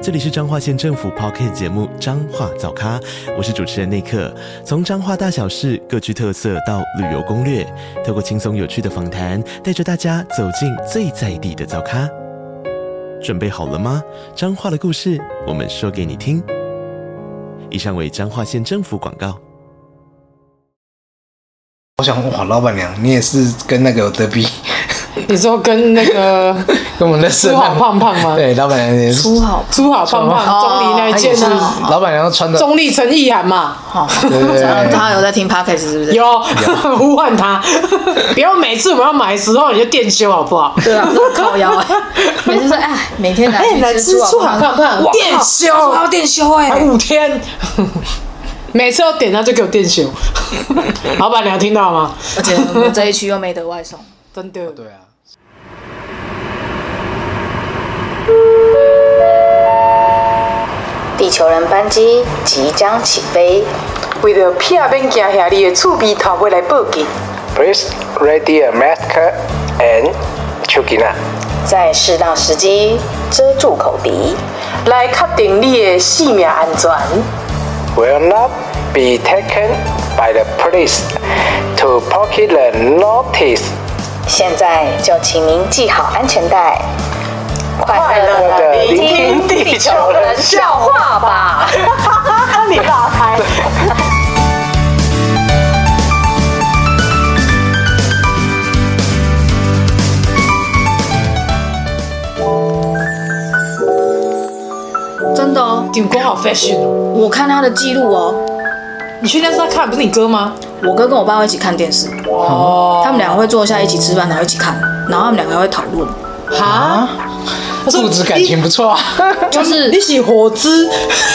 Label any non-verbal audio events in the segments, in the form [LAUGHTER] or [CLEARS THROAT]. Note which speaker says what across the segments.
Speaker 1: 这里是彰化县政府 p o c k t 节目《彰化早咖》，我是主持人内克。从彰化大小事各具特色到旅游攻略，透过轻松有趣的访谈，带着大家走进最在地的早咖。准备好了吗？彰化的故事，我们说给你听。以上为彰化县政府广告。
Speaker 2: 我想，哇，老板娘，你也是跟那个有得比，
Speaker 3: 你说跟那个
Speaker 2: 跟我们的
Speaker 3: 粗好胖胖吗？
Speaker 2: 对，老板娘也是，
Speaker 4: 粗好
Speaker 3: 粗好胖胖，中立那一
Speaker 2: 她
Speaker 3: 件
Speaker 2: 也是哦哎
Speaker 3: 啊，
Speaker 2: 老板娘穿的，
Speaker 3: 中立陈意涵嘛，
Speaker 4: 好，
Speaker 2: 对对对
Speaker 4: 他有在听 podcast 是不是？
Speaker 3: 有呼唤他，不要每次我要买的时候你就电修好不好？
Speaker 4: 对啊，靠腰
Speaker 3: [LAUGHS]
Speaker 4: 哎，每次说哎，每天来
Speaker 3: 哎，来
Speaker 4: 去
Speaker 3: 吃
Speaker 4: 猪
Speaker 3: 粗好胖胖，电修
Speaker 4: 要电修哎
Speaker 3: 还，五天，每次要点他就给我电修，老板娘听到吗？
Speaker 4: 而且我们这一区又没得外送，
Speaker 3: 真的，
Speaker 2: 对啊，
Speaker 5: 地球人班机即将起飞，
Speaker 6: 为着避免惊吓你的厝边头尾来报警，
Speaker 7: Please ready a mask and chukina.
Speaker 5: 在适当时机遮住口鼻。
Speaker 6: 来确定你的性命安全。
Speaker 7: Will not be taken by the police to pocket the notice.
Speaker 5: 现在就请您系好安全带，快
Speaker 7: 乐
Speaker 5: 乐
Speaker 7: 地
Speaker 5: 的
Speaker 7: 聆
Speaker 5: 聆
Speaker 7: 听
Speaker 5: 听
Speaker 7: 地
Speaker 5: 地
Speaker 7: 球
Speaker 5: 球
Speaker 7: 人
Speaker 5: 人笑话吧。 [LAUGHS]
Speaker 6: 你打开。
Speaker 4: 真的哦。
Speaker 3: 顶工好 fashion 哦。
Speaker 4: 我看他的记录哦，
Speaker 3: 你去那时候看不是你哥吗？
Speaker 4: 我哥跟我爸会一起看电视，
Speaker 3: 哦，
Speaker 4: 他们两个会坐下一起吃饭，然后一起看，然后他们两个还会讨论，
Speaker 3: 哈，他说
Speaker 2: 素质感情不错啊，
Speaker 4: 就是
Speaker 3: 你洗火枝，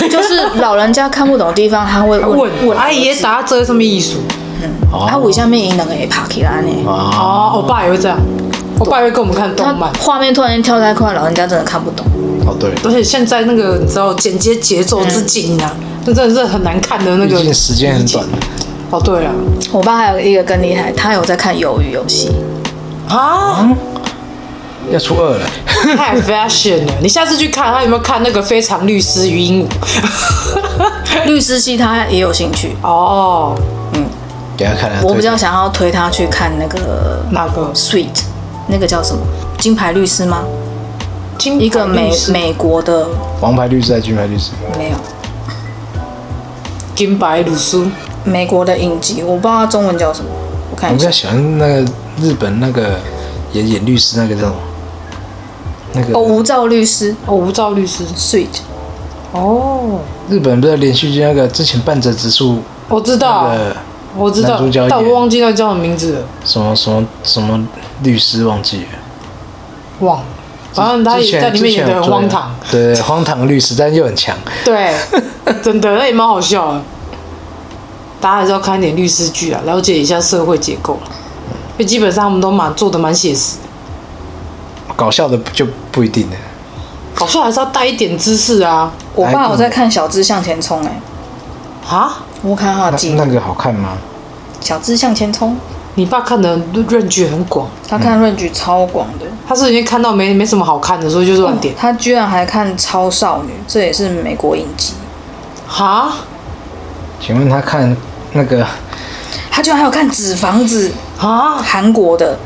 Speaker 4: 就是老人家看不懂的地方，他会问
Speaker 3: 问
Speaker 4: 问
Speaker 3: 阿姨也打折什么意思？
Speaker 4: 啊，为什么伊两个会拍起来呢？
Speaker 3: 哦，我爸也会这样，我爸也会跟我们看
Speaker 4: 他
Speaker 3: 动漫，
Speaker 4: 画面突然间跳太快，老人家真的看不懂。
Speaker 2: 哦对，
Speaker 3: 而且现在那个你知道剪接节奏之紧啊，那真的是很难看的那
Speaker 2: 毕
Speaker 3: 个。
Speaker 2: 竟时间很短，
Speaker 3: 哦，对了，
Speaker 4: 我爸还有一个更厉害，他有在看《鱿鱼游戏
Speaker 3: 啊，
Speaker 2: 要初二了，
Speaker 3: 太 fashion 了！你下次去看他有没有看那个《非常律师与 [LAUGHS] 鹦鹉》？》，
Speaker 4: 律师系他也有兴趣。
Speaker 3: 哦，
Speaker 2: 给他看啊，
Speaker 4: 我比较想要推他去看那个
Speaker 3: 哪个？
Speaker 4: Sweet，那个叫什么？金牌律师吗？
Speaker 3: 金
Speaker 4: 一个
Speaker 3: 牌律
Speaker 4: 美
Speaker 3: 师
Speaker 4: 美国的
Speaker 2: 对王牌律师还是金牌律师，
Speaker 4: 没有
Speaker 3: 金白鲁苏，
Speaker 4: 美国的影集，我不知道它中文叫什么，我
Speaker 2: 我
Speaker 4: 看
Speaker 2: 比
Speaker 4: 一下
Speaker 2: 较。喜欢那个日本那个演演律师那个叫什么，那
Speaker 4: 哦，
Speaker 2: 个
Speaker 4: 无照律师
Speaker 3: 哦，无照律师。
Speaker 4: Sweet，
Speaker 3: 哦，
Speaker 2: 日本不是连续剧那个之前半泽直树
Speaker 3: 我知道
Speaker 2: 那，个
Speaker 3: 我知道
Speaker 2: 男主角，
Speaker 3: 但我
Speaker 2: 演
Speaker 3: 忘记那叫什么名字了，
Speaker 2: 什么什么什么律师忘记了。
Speaker 3: 忘了。反正他
Speaker 2: 之
Speaker 3: 也
Speaker 2: 前
Speaker 3: 在里面演的很荒唐，，
Speaker 2: 之前有追对啊荒唐律师，但又很强。
Speaker 3: [LAUGHS] 对，真的，那也蛮好笑的。大家还是要看一点律师剧啊，了解一下社会结构啊因为基本上他们都蛮做的蛮写实，
Speaker 2: 搞笑的就不一定了。
Speaker 3: 搞笑还是要带一点知识啊
Speaker 4: 我爸有在看《小资向前冲》哎，
Speaker 3: 啊！
Speaker 4: 我看他
Speaker 2: 那
Speaker 4: 的记录
Speaker 2: 那，个好看吗？
Speaker 4: 《小资向前冲》，
Speaker 3: 你爸看的论据很广，
Speaker 4: 他看论据超广的。哦
Speaker 3: 他是已经看到没没什么好看的，所以就乱点
Speaker 4: 他居然还看《超少女》，这也是美国影集。
Speaker 2: 嗯啊
Speaker 3: 哈
Speaker 2: 请问他看那个
Speaker 4: 他居然还有看《纸房子
Speaker 3: 啊》，
Speaker 4: 韩国的。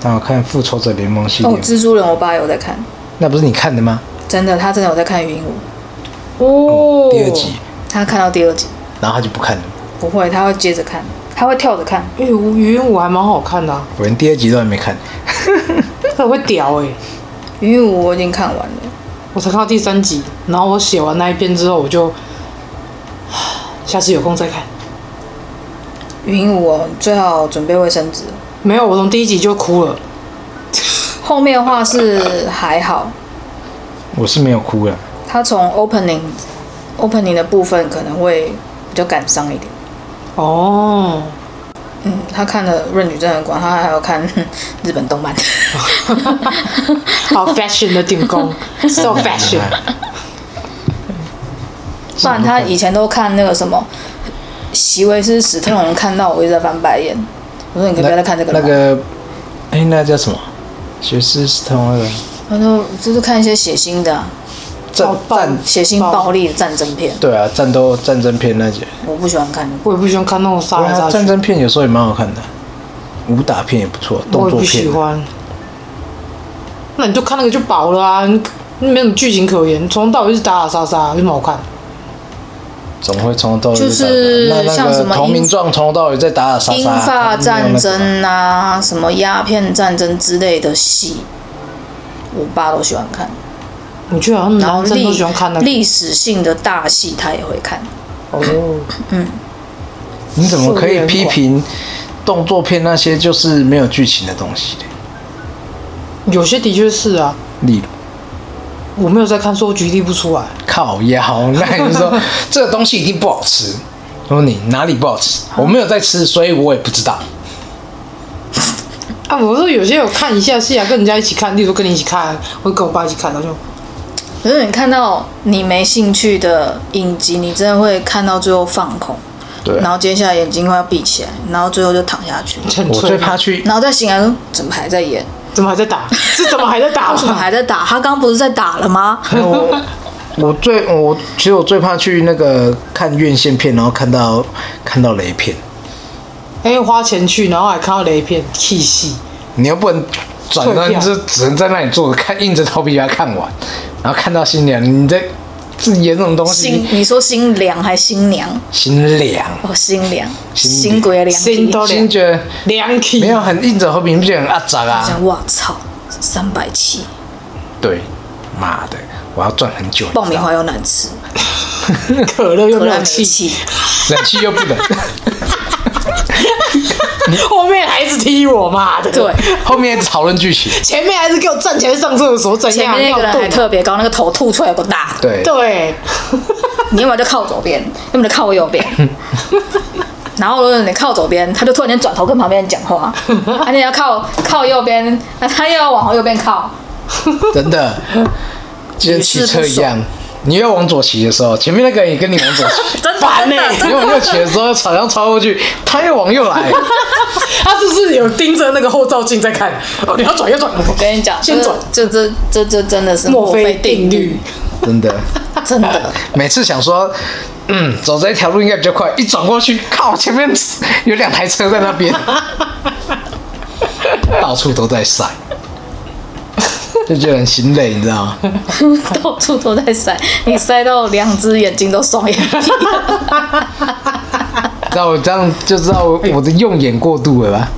Speaker 2: 他有看《复仇者联盟》系列
Speaker 4: 哦，
Speaker 2: 吗？
Speaker 4: 蜘蛛人，我爸有在看，
Speaker 2: 那不是你看的吗？
Speaker 4: 真的，他真的有在看《云舞
Speaker 2: 嗯
Speaker 3: 哦，
Speaker 2: 第二集，，
Speaker 4: 他看到第二集，
Speaker 2: 然后他就不看了。
Speaker 4: 不会，他会接着看，他会跳着看。
Speaker 3: 哎、吴语音我还蛮好看的、啊，
Speaker 2: 我连第二集都还没看，
Speaker 3: 这个会屌哎、
Speaker 4: 云舞我已经看完了，
Speaker 3: 我才看到第三集，然后我写完那一篇之后，我就下次有空再看。
Speaker 4: 云舞哦，最好准备卫生纸。
Speaker 3: 没有，我从第一集就哭了。
Speaker 4: 后面的话是还好，
Speaker 2: 我是没有哭啊了。
Speaker 4: 他从 opening opening 的部分可能会比较感伤一点。
Speaker 3: 哦，
Speaker 4: 嗯，他看了《润女真人馆》，他还有看 [LAUGHS] 日本动漫。
Speaker 3: 好 fashion 的顶 [LAUGHS] 工，so
Speaker 2: 哎
Speaker 3: fashion。
Speaker 4: 不然他以前都看那个什么，席维斯史特龙看到我一直在翻白眼。我说你可以不要再看这个了。
Speaker 2: 那个，哎、那叫什么？学士是同那个
Speaker 4: 他说就是看一些血腥的啊、
Speaker 2: 战战
Speaker 4: 血腥暴力的战争片，
Speaker 2: 对啊，战斗战争片那些，
Speaker 4: 我不喜欢看。
Speaker 3: 我也不喜欢看那种杀
Speaker 2: 对啊，
Speaker 3: 来杀
Speaker 2: 战
Speaker 3: 去，
Speaker 2: 争片有时候也蛮好看的，武打片也不错，
Speaker 3: 我
Speaker 2: 动
Speaker 3: 也
Speaker 2: 作
Speaker 3: 不喜
Speaker 2: 片。
Speaker 3: 欢。那你就看那个就饱了啊，你没有剧情可言，从头到尾就是打打杀杀，有什么好看？
Speaker 2: 总会从头到尾
Speaker 4: 就
Speaker 2: 打打
Speaker 4: 是
Speaker 2: 那那
Speaker 4: 像
Speaker 2: 个
Speaker 4: 什么
Speaker 2: 同名
Speaker 4: 英
Speaker 2: 状从头到尾在打打杀杀，
Speaker 4: 英
Speaker 2: 他
Speaker 4: 法
Speaker 2: 们没有那
Speaker 4: 战
Speaker 2: 个
Speaker 4: 争啊，什么鸦片战争之类的戏，我爸都喜欢看。
Speaker 3: 我觉得好像
Speaker 4: 然后
Speaker 3: 男生
Speaker 4: 历
Speaker 3: 都喜欢看那个，
Speaker 4: 历史性的大戏，他也会看。
Speaker 2: 你怎么可以批评动作片那些就是没有剧情的东西？
Speaker 3: 有些的确是啊，
Speaker 2: 例如
Speaker 3: 我没有在看，所以我举例不出来。
Speaker 2: 靠腰，那你就 [LAUGHS] 说这个东西一定不好吃。我说你哪里不好吃？我没有在吃，所以我也不知道。
Speaker 3: 啊，我说有些有看一下戏啊，跟人家一起看，例如跟你一起看，我跟我爸一起看，然后就
Speaker 4: 可是你看到你没兴趣的影集，你真的会看到最后放空，
Speaker 2: 对啊
Speaker 4: 然后接下来眼睛快要闭起来，然后最后就躺
Speaker 3: [LAUGHS]
Speaker 4: 下去，
Speaker 3: 很
Speaker 2: 我
Speaker 3: 脆
Speaker 2: 最
Speaker 3: 弱
Speaker 2: 怕去
Speaker 4: 然后再醒来说怎么还在演？
Speaker 3: 怎么还
Speaker 2: [LAUGHS]
Speaker 3: 在打？是怎么还在打？
Speaker 4: [LAUGHS] 为什么还在打？他刚不是在打
Speaker 3: [LAUGHS]
Speaker 4: 了吗？
Speaker 2: 没有 [LAUGHS] 我我最我其实我最怕去那个看院线片，然后看到看到雷片，
Speaker 3: 哎、花钱去，然后还看到雷片，气戏。
Speaker 2: 你又不能转到，
Speaker 3: 退
Speaker 2: 你
Speaker 3: 票
Speaker 2: 就只能在那里坐着看，硬着头皮把它看完，然后看到新娘，你在自己演这种东西，
Speaker 4: 新你说新娘还新娘？
Speaker 2: 心凉，
Speaker 4: 哦，新娘，
Speaker 2: 新
Speaker 4: 新鬼娘，
Speaker 3: 新都
Speaker 2: 心觉得
Speaker 3: 凉气。
Speaker 2: 没有很硬着头皮，你不觉得很阿杂啊？
Speaker 4: 想哇操，三百七，
Speaker 2: 对，妈的，我要赚很久。
Speaker 4: 爆米花又难吃，
Speaker 3: 可乐又
Speaker 4: 可
Speaker 3: 没
Speaker 4: 乐
Speaker 3: 有
Speaker 4: 没
Speaker 3: 气，
Speaker 4: 气，
Speaker 2: 冷气又不
Speaker 4: [LAUGHS]
Speaker 2: 冷，
Speaker 3: 后面还一直踢我，妈的！
Speaker 4: 对，
Speaker 2: 后面一直讨论剧情。
Speaker 3: 前面还是给我站起来上厕所，怎
Speaker 4: 前
Speaker 3: 样？
Speaker 4: 面那个人
Speaker 3: 尿
Speaker 4: 还
Speaker 3: 遁
Speaker 4: 特别高，那个头吐出来有个大，
Speaker 2: 对，
Speaker 3: 对，
Speaker 4: 你要么就靠左边，要么就靠右边。然后如果你靠左边，他就突然间转头跟旁边人讲话；，啊，你要靠靠右边，那他又要往右边靠。，
Speaker 2: 真的，就跟骑车一样，你要往左骑的时候，前面那个人也跟你往左骑
Speaker 4: [LAUGHS]
Speaker 2: 欸
Speaker 4: 真的烦呢、
Speaker 2: 你往右骑的时候，好像超过去，他又往右
Speaker 4: [LAUGHS]
Speaker 2: 来，
Speaker 3: 他是不是有盯着那个后照镜在看？哦，你要转要转，
Speaker 4: 我跟你讲，
Speaker 3: 先
Speaker 4: 这
Speaker 3: 转
Speaker 4: 这这这这真的是
Speaker 3: 墨菲
Speaker 4: 菲
Speaker 3: 定律
Speaker 4: 律，。
Speaker 2: 真的。
Speaker 4: 真的。
Speaker 2: 每次想说，嗯，走这一条路应该比较快，一转过去，靠，前面有两台车在那
Speaker 4: [LAUGHS]
Speaker 2: 边，到处都在塞，就觉得很心累，你知道吗？
Speaker 4: [LAUGHS] 到处都在塞，你塞到两只眼睛都双眼皮。
Speaker 2: 那我这样就知道我
Speaker 4: 哎
Speaker 2: 我的用眼过度了吧？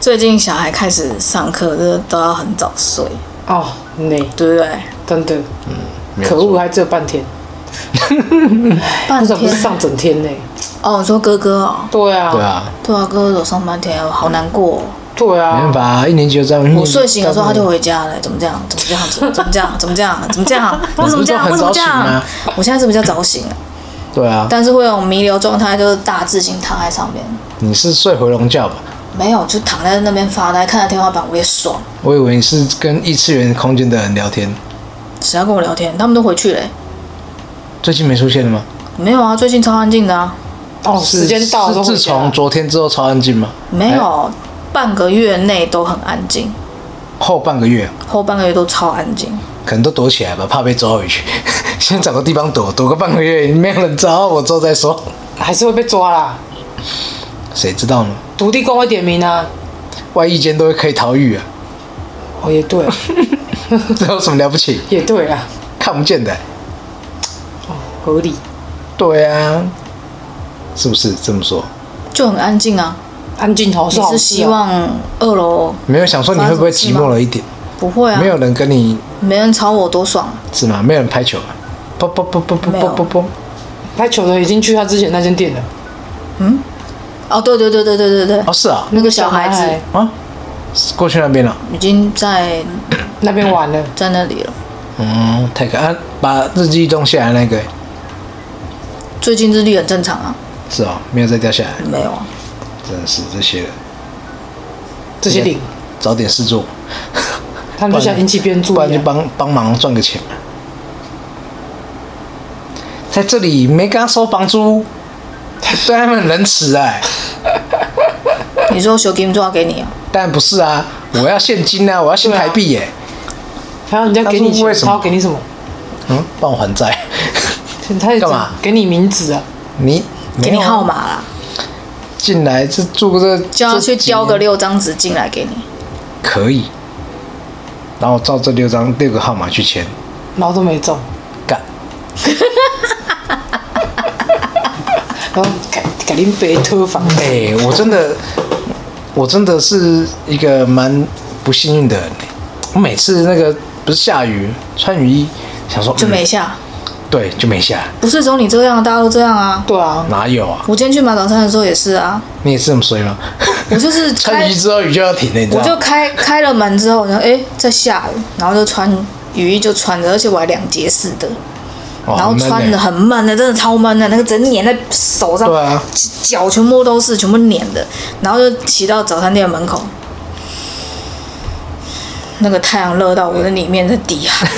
Speaker 4: 最近小孩开始上课，都都要很早睡，
Speaker 3: 哦，你
Speaker 4: 对不对？
Speaker 3: 真的，
Speaker 4: 嗯
Speaker 2: 没有
Speaker 3: 可恶，
Speaker 2: 错
Speaker 3: 还只有半天，
Speaker 4: 半
Speaker 3: 为什么不是
Speaker 4: 天
Speaker 3: 上整天呢？
Speaker 4: 哦，你说哥哥哦，
Speaker 3: 对啊，
Speaker 2: 对，啊，
Speaker 4: 对啊，哥哥有上半天，我好难过、哦。
Speaker 3: 对
Speaker 2: 没办
Speaker 3: 啊，
Speaker 2: 法啊，一年级就这样。嗯
Speaker 4: 我睡醒的时候他就回家了，怎么这样？怎么 [LAUGHS] 这样？怎么这样？怎么这样？怎么这 [LAUGHS] 样？为什么这样？为什么这样？我现在是比较早醒，
Speaker 2: 对啊，
Speaker 4: 但是会有弥留状态，就是大字型躺在上面，
Speaker 2: 你是睡回笼觉吧？
Speaker 4: 没有就躺在那边发呆，看着天花板，我也爽。
Speaker 2: 我以为你是跟异次元空间的人聊天，
Speaker 4: 谁要跟我聊天？他们都回去嘞、
Speaker 2: 最近没出现了吗？
Speaker 4: 没有啊，最近超安静的啊，
Speaker 3: 哦，时间到了
Speaker 2: 是
Speaker 3: 都回
Speaker 2: 自
Speaker 3: 家
Speaker 2: 从昨天之后超安静吗？
Speaker 4: 没有，半个月内都很安静，
Speaker 2: 后半个月
Speaker 4: 后半个月都超安静。
Speaker 2: 可能都躲起来吧，怕被抓回去。 [LAUGHS] 先找个地方躲，躲个半个月，没有人找我之后再说。
Speaker 3: 还是会被抓啦。
Speaker 2: 谁知道呢？
Speaker 3: 土地公会点名啊，
Speaker 2: 万一间都会可以逃狱啊， [LAUGHS]
Speaker 3: 哦，也
Speaker 4: [LAUGHS]
Speaker 3: 对，
Speaker 2: 这有什么了不起？
Speaker 3: 也对啊，
Speaker 2: 看不见的、
Speaker 3: 合理。
Speaker 2: 对啊，是不是这么说？
Speaker 4: 就很安静啊！
Speaker 3: 安静头是
Speaker 4: 你
Speaker 3: 好
Speaker 4: 是
Speaker 3: 事
Speaker 4: 希
Speaker 3: 啊，
Speaker 4: 望二楼
Speaker 2: 没有想说你会不会寂寞了一点？
Speaker 4: 不会啊？
Speaker 2: 没有，人跟你
Speaker 4: 没人吵我多爽。
Speaker 2: 是吗？没有人拍球啊？不不不不不
Speaker 4: 没
Speaker 2: 不
Speaker 4: 有
Speaker 2: 不不，
Speaker 3: 拍球的已经去他之前那间店了。
Speaker 4: 哦，对对对对对对对
Speaker 2: 哦，是啊
Speaker 4: 那个小孩子
Speaker 2: 啊，过去那边啊了。
Speaker 4: 已经在
Speaker 3: 那边玩了，
Speaker 4: 在那里了。
Speaker 2: 嗯，太可爱、啊，把日记弄下来那个
Speaker 4: 最近日历很正常啊，
Speaker 2: 是哦，没有再掉下来。
Speaker 4: 没有啊，
Speaker 2: 真的是这些人
Speaker 3: 这些零，
Speaker 2: 找点事做，
Speaker 3: 他们就想引起别人注
Speaker 2: 不然
Speaker 3: 意
Speaker 2: 就
Speaker 3: 啊、
Speaker 2: 帮帮忙赚个钱嘛。在这里没跟他收房租，对他们很仁慈哎、
Speaker 4: 你说小金抓给你啊？
Speaker 2: 但不是啊，我要现金啊，我要现台币耶、
Speaker 3: 还有人家给你
Speaker 2: 他说
Speaker 3: 钱
Speaker 2: 为，什
Speaker 3: 他
Speaker 2: 么
Speaker 3: 要给你什么？
Speaker 2: 嗯，帮我还债。 [LAUGHS]
Speaker 3: 他也只
Speaker 2: 干嘛
Speaker 3: 给你名字啊，
Speaker 2: 你
Speaker 4: 给
Speaker 2: 没有
Speaker 4: 你
Speaker 2: 啊
Speaker 4: 号码啦，
Speaker 2: 进来，这住个这
Speaker 4: 就要
Speaker 2: 这
Speaker 4: 去
Speaker 2: 几
Speaker 4: 交个
Speaker 2: 年
Speaker 4: 六张纸进来给你。
Speaker 2: 可以，然后照这六张六个号码去签，
Speaker 3: 然后都没中，
Speaker 2: 干，
Speaker 3: 然后给给林北推房
Speaker 2: 哎、我真的，我真的是一个蛮不幸运的人、我每次那个不是下雨穿雨衣，想说
Speaker 4: 就没、
Speaker 2: 嗯
Speaker 4: 下，
Speaker 2: 对就没下，
Speaker 4: 不是只有你这样，大家都这样啊。
Speaker 3: 对啊，
Speaker 2: 哪有啊？
Speaker 4: 我今天去买早餐的时候也是啊，
Speaker 2: 你也是这么衰吗？
Speaker 4: 我就是
Speaker 2: [LAUGHS] 穿
Speaker 4: 开
Speaker 2: 雨衣，之后雨就要停了，你知
Speaker 4: 我
Speaker 2: 道
Speaker 4: 就
Speaker 2: 吗？
Speaker 4: 开开了门之后，然后哎在下雨，然后就穿雨衣就穿着，而且我还两节式的，
Speaker 2: 哦
Speaker 4: 然后穿的，很闷的，真的超闷的，那个整粘在手上，
Speaker 2: 对啊
Speaker 4: 脚全部都是，全部粘的，然后就骑到早餐店门口，那个太阳热到我的里面在
Speaker 2: [LAUGHS]
Speaker 4: 滴汗，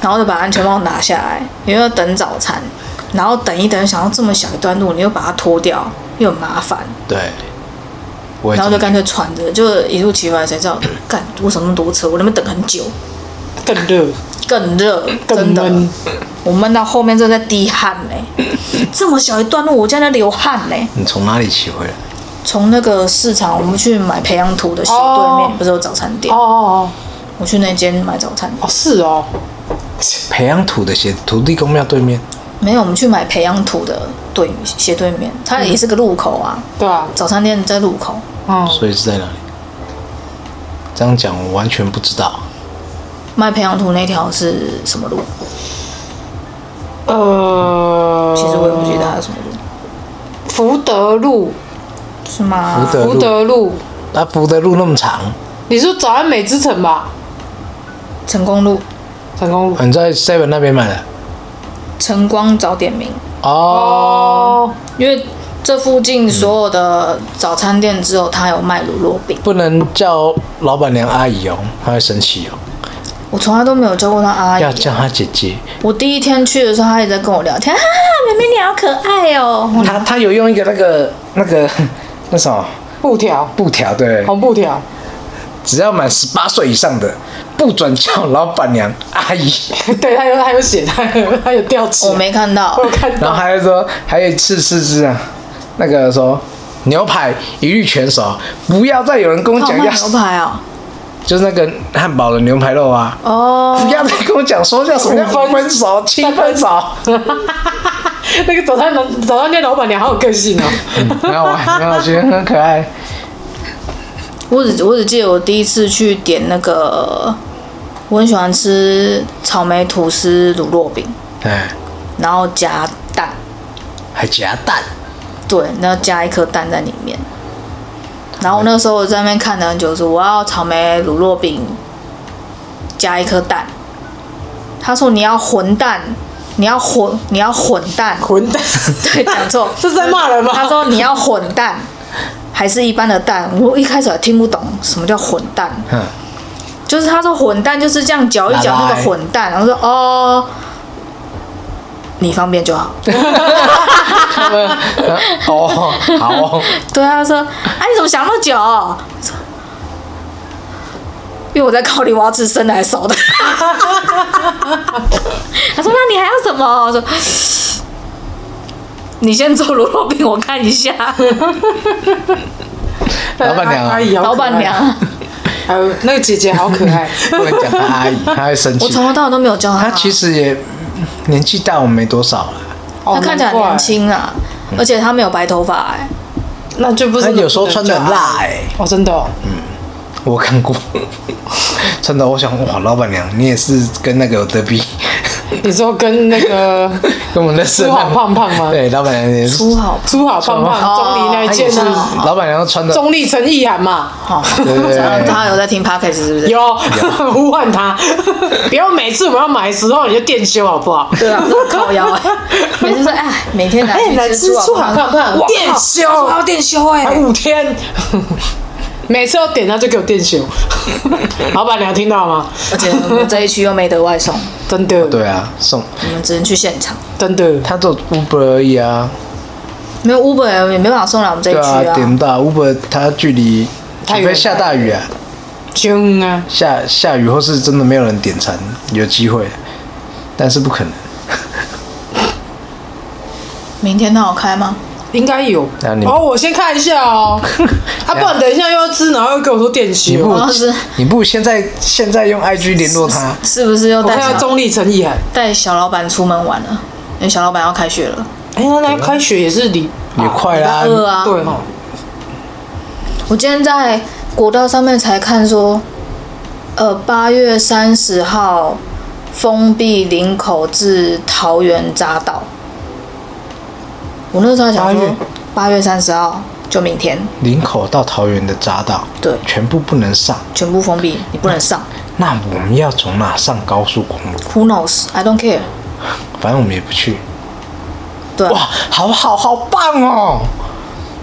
Speaker 4: 然后就把安全帽拿下来，因为要等早餐，然后等一等，想要这么小一段路，你又把它脱掉，又很麻烦，
Speaker 2: 很累对，我也
Speaker 4: 然后就
Speaker 2: 这么
Speaker 4: 干脆穿着，就一路骑回来才知道，干为什么那么多车，我那边等很久，
Speaker 3: 更热，
Speaker 4: 更热，
Speaker 3: 更
Speaker 4: 真的
Speaker 3: 闷，
Speaker 4: 我闷到后面正在滴汗
Speaker 3: [LAUGHS]
Speaker 4: 嘞、这么小一段路，我竟然在流汗嘞、
Speaker 2: 你从哪里骑回来？
Speaker 4: 从那个市场，我们去买培养土的斜对面，
Speaker 3: 哦
Speaker 4: 不是有早餐店
Speaker 3: 哦？哦
Speaker 4: 我去那间买早餐，
Speaker 3: 哦，是哦，
Speaker 2: 培养土的鞋，土地公庙对面，
Speaker 4: 没有，我们去买培养土的对斜对面，它也是个路口啊。
Speaker 3: 对啊，
Speaker 4: 早餐店在路口，
Speaker 3: 嗯，
Speaker 2: 所以是在哪里？这样讲我完全不知道。
Speaker 4: 卖培养土那条是什么路？
Speaker 3: 呃，
Speaker 4: 其实我也不记得它是什么路，
Speaker 3: 哦福德路，
Speaker 4: 是吗？
Speaker 2: 福德路
Speaker 3: 福德路，
Speaker 2: 那福德路那么长，
Speaker 3: 你说早安美之城吧？
Speaker 4: 成功路，
Speaker 3: 成功路
Speaker 2: 哦你在 Seven 那边买的？
Speaker 4: 晨光早点名，
Speaker 2: 哦，
Speaker 3: 哦，
Speaker 4: 因为这附近所有的早餐店只有它有卖乳酪饼，
Speaker 2: 不能叫老板娘阿姨哦，她会生气哦。
Speaker 4: 我从来都没有叫过她阿姨
Speaker 2: 要。叫她姐姐，
Speaker 4: 我第一天去的时候，她一直在跟我聊天，哈、啊，妹妹你好可爱哦。
Speaker 2: 她她有用一个那个那个 [LAUGHS] 那什么
Speaker 3: 布条，
Speaker 2: 布条，对，
Speaker 3: 红布条，
Speaker 2: 只要满十八岁以上的，不准叫老板娘阿
Speaker 4: [LAUGHS]
Speaker 2: 姨。
Speaker 3: [LAUGHS] 对，他有他有写，他有他有吊起，
Speaker 4: 我没看到
Speaker 3: 我，有看
Speaker 2: 然后
Speaker 3: 到，
Speaker 2: 还有说，还有一次是是啊，那个说牛排一律全熟，不要再有人跟我
Speaker 4: 他有
Speaker 2: 讲
Speaker 4: 卖
Speaker 2: 要，
Speaker 4: 牛排哦，
Speaker 2: 就是那个汉堡的牛排肉啊，
Speaker 4: 哦，
Speaker 2: 不要再跟我讲说叫什么五分熟、七分
Speaker 4: [LAUGHS]
Speaker 2: 熟。
Speaker 3: 那个早餐老早餐店老板娘好有个性哦，
Speaker 2: 嗯然后我还很好觉得很可爱。
Speaker 4: 我只我只记得我第一次去点那个，我很喜欢吃草莓吐司乳酪饼，
Speaker 2: 哎，
Speaker 4: 然后加蛋，
Speaker 2: 还夹蛋，
Speaker 4: 对，然后加一颗蛋在里面。然后那时候我在那边看了很久，说我要草莓乳酪饼，加一颗蛋。他说你要混蛋，你要混，你要混蛋，
Speaker 3: 混蛋，
Speaker 4: [LAUGHS] 对，讲错，
Speaker 3: [LAUGHS] 这是在骂人吗
Speaker 4: 他说你要混蛋，还是一般的蛋？我一开始还听不懂什么叫混蛋，
Speaker 2: 嗯，
Speaker 4: 就是他说混蛋就是这样搅一搅那个混蛋，然后说哦，你方便就好。
Speaker 2: 他们哦，好哦，
Speaker 4: 对，他说啊你怎么想那么久？我说因为我在考虑我要吃生的还是熟的。 [LAUGHS] 他说那你还要什么？我说你先做卤肉饼，我看一下。
Speaker 2: 老板娘啊
Speaker 3: 阿姨好可爱
Speaker 4: 老板娘，
Speaker 3: 还有那个姐姐好可
Speaker 4: [LAUGHS]
Speaker 3: 爱，
Speaker 2: 不能讲她阿姨，她会生
Speaker 4: 我
Speaker 2: 气。
Speaker 4: 从头到尾都没有叫他。
Speaker 2: 她其实也年纪大我们没多少了，
Speaker 3: 哦
Speaker 4: 他看起来很年，轻啊，而且他没有白头发哎、
Speaker 3: 难怪那就不
Speaker 2: 她
Speaker 3: 是
Speaker 2: 有时候穿的很辣哎、
Speaker 4: 欸
Speaker 3: 哦，真的哦，
Speaker 2: 我 [LAUGHS] 看过，真的，我想哇，老板娘，你也是跟那个有得比， [LAUGHS]
Speaker 3: 你说跟那
Speaker 4: [LAUGHS]
Speaker 3: 个
Speaker 2: 跟我们的
Speaker 3: 粗好胖胖吗？
Speaker 2: 对，老板娘也是，
Speaker 4: 出好
Speaker 3: 粗好啊胖胖中立那一件
Speaker 4: [LAUGHS] 哦
Speaker 3: 呢？
Speaker 2: 老板娘都穿的，
Speaker 3: 中立陈意涵嘛，
Speaker 4: 好，
Speaker 2: 对对对
Speaker 4: 他有在听 podcast 是不是？
Speaker 3: 有 [LAUGHS] 呼唤他，不要每次我要买的时候你就电修好不好？
Speaker 4: 对啊，这么靠腰 [LAUGHS] 哎，每次说哎，每天拿
Speaker 3: 哎，来
Speaker 4: 去
Speaker 3: 吃
Speaker 4: 吃啊
Speaker 3: 出
Speaker 4: 猪
Speaker 3: 好
Speaker 4: 好
Speaker 3: 看不看？电修，
Speaker 4: 要电修哎
Speaker 3: 还，五天， [LAUGHS] 每次要点他就给我电修。 [LAUGHS] 老板娘听到吗？
Speaker 4: 而且我们这一区又没得外送，
Speaker 3: 真的，
Speaker 2: 对啊，送
Speaker 4: 我们只能去现场，
Speaker 3: 真的，
Speaker 2: 他做 Uber 而已啊，
Speaker 4: 没有 Uber 也没办法送来我们这一
Speaker 2: 对
Speaker 4: 区
Speaker 2: 啊，点不到 Uber，它距离
Speaker 3: 太
Speaker 2: 除
Speaker 3: 远了
Speaker 2: 非下大雨啊，
Speaker 3: 凶啊！
Speaker 2: 下下雨或是真的没有人点餐，有机会，但是不可能。
Speaker 4: 明天他有开吗？
Speaker 3: 应该有
Speaker 2: 那你
Speaker 3: 哦，我先看一下
Speaker 2: [LAUGHS]
Speaker 3: 哦。啊，不然等一下又要吃，然后又给我说电
Speaker 2: 你
Speaker 3: 修
Speaker 2: 不。
Speaker 4: 我要是
Speaker 2: 你不如现在现在用 IG 联络他，
Speaker 4: 是不是又
Speaker 3: 我
Speaker 4: 带
Speaker 3: 看到
Speaker 4: 小
Speaker 3: 中立陈意涵，
Speaker 4: 带小老板出门玩了？因为小老板要开学了，
Speaker 3: 哎，那那开学也是礼，
Speaker 2: 也快啦、
Speaker 4: 饿啊！
Speaker 3: 对哦，
Speaker 4: 我今天在国道上面才看说，呃，八月三十号封闭林口至桃园匝道。我那时候还想
Speaker 3: 八
Speaker 4: 说
Speaker 3: 月，
Speaker 4: 八月三十号就明天，
Speaker 2: [LAUGHS] 林口到桃园的匝道，
Speaker 4: 对
Speaker 2: 全部不能上。
Speaker 4: 全部封闭，你不能上。
Speaker 2: 那我们要从哪上高速公路？
Speaker 4: Who knows? I don't care。
Speaker 2: 反正我们也不去。
Speaker 4: 对啊，
Speaker 2: 哇，好好好棒哦！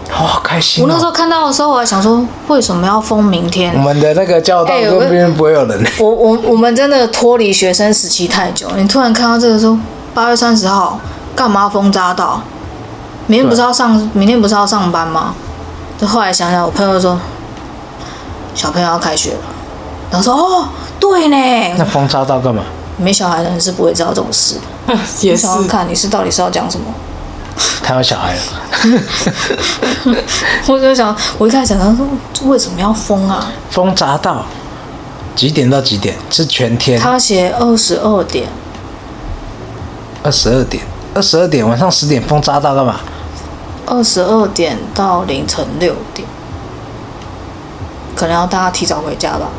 Speaker 2: 好好开心、哦。
Speaker 4: 我那时候看到的时候，我还想说，为什么要封明天
Speaker 2: 我？们的那个教道
Speaker 4: 哎
Speaker 2: 那
Speaker 4: 我
Speaker 2: 边不会有人，
Speaker 4: 我我我们真的脱离学生时期太久，你突然看到这个说八月三十号干嘛封匝道？明天不是要上，明天不是要上班吗？就后来想想，我朋友说小朋友要开学了，然后说哦对
Speaker 2: [LAUGHS] 那
Speaker 4: 呢，
Speaker 2: 封匝道干嘛？
Speaker 4: 没小孩的人是不会知道这种事。
Speaker 3: [LAUGHS] 也是
Speaker 4: 我想想看你是到底是要讲什么？ [LAUGHS]
Speaker 2: 他有小孩了，
Speaker 4: 我就想，我一开始想他说这为什么要封啊？
Speaker 2: 封匝道几点到几点？是全天
Speaker 3: 嗯
Speaker 4: 他写二十二点，
Speaker 2: 二十二点，二十二点晚上十点封匝道干嘛？
Speaker 4: 二十二点到凌晨六点，可能要大家提早回家吧，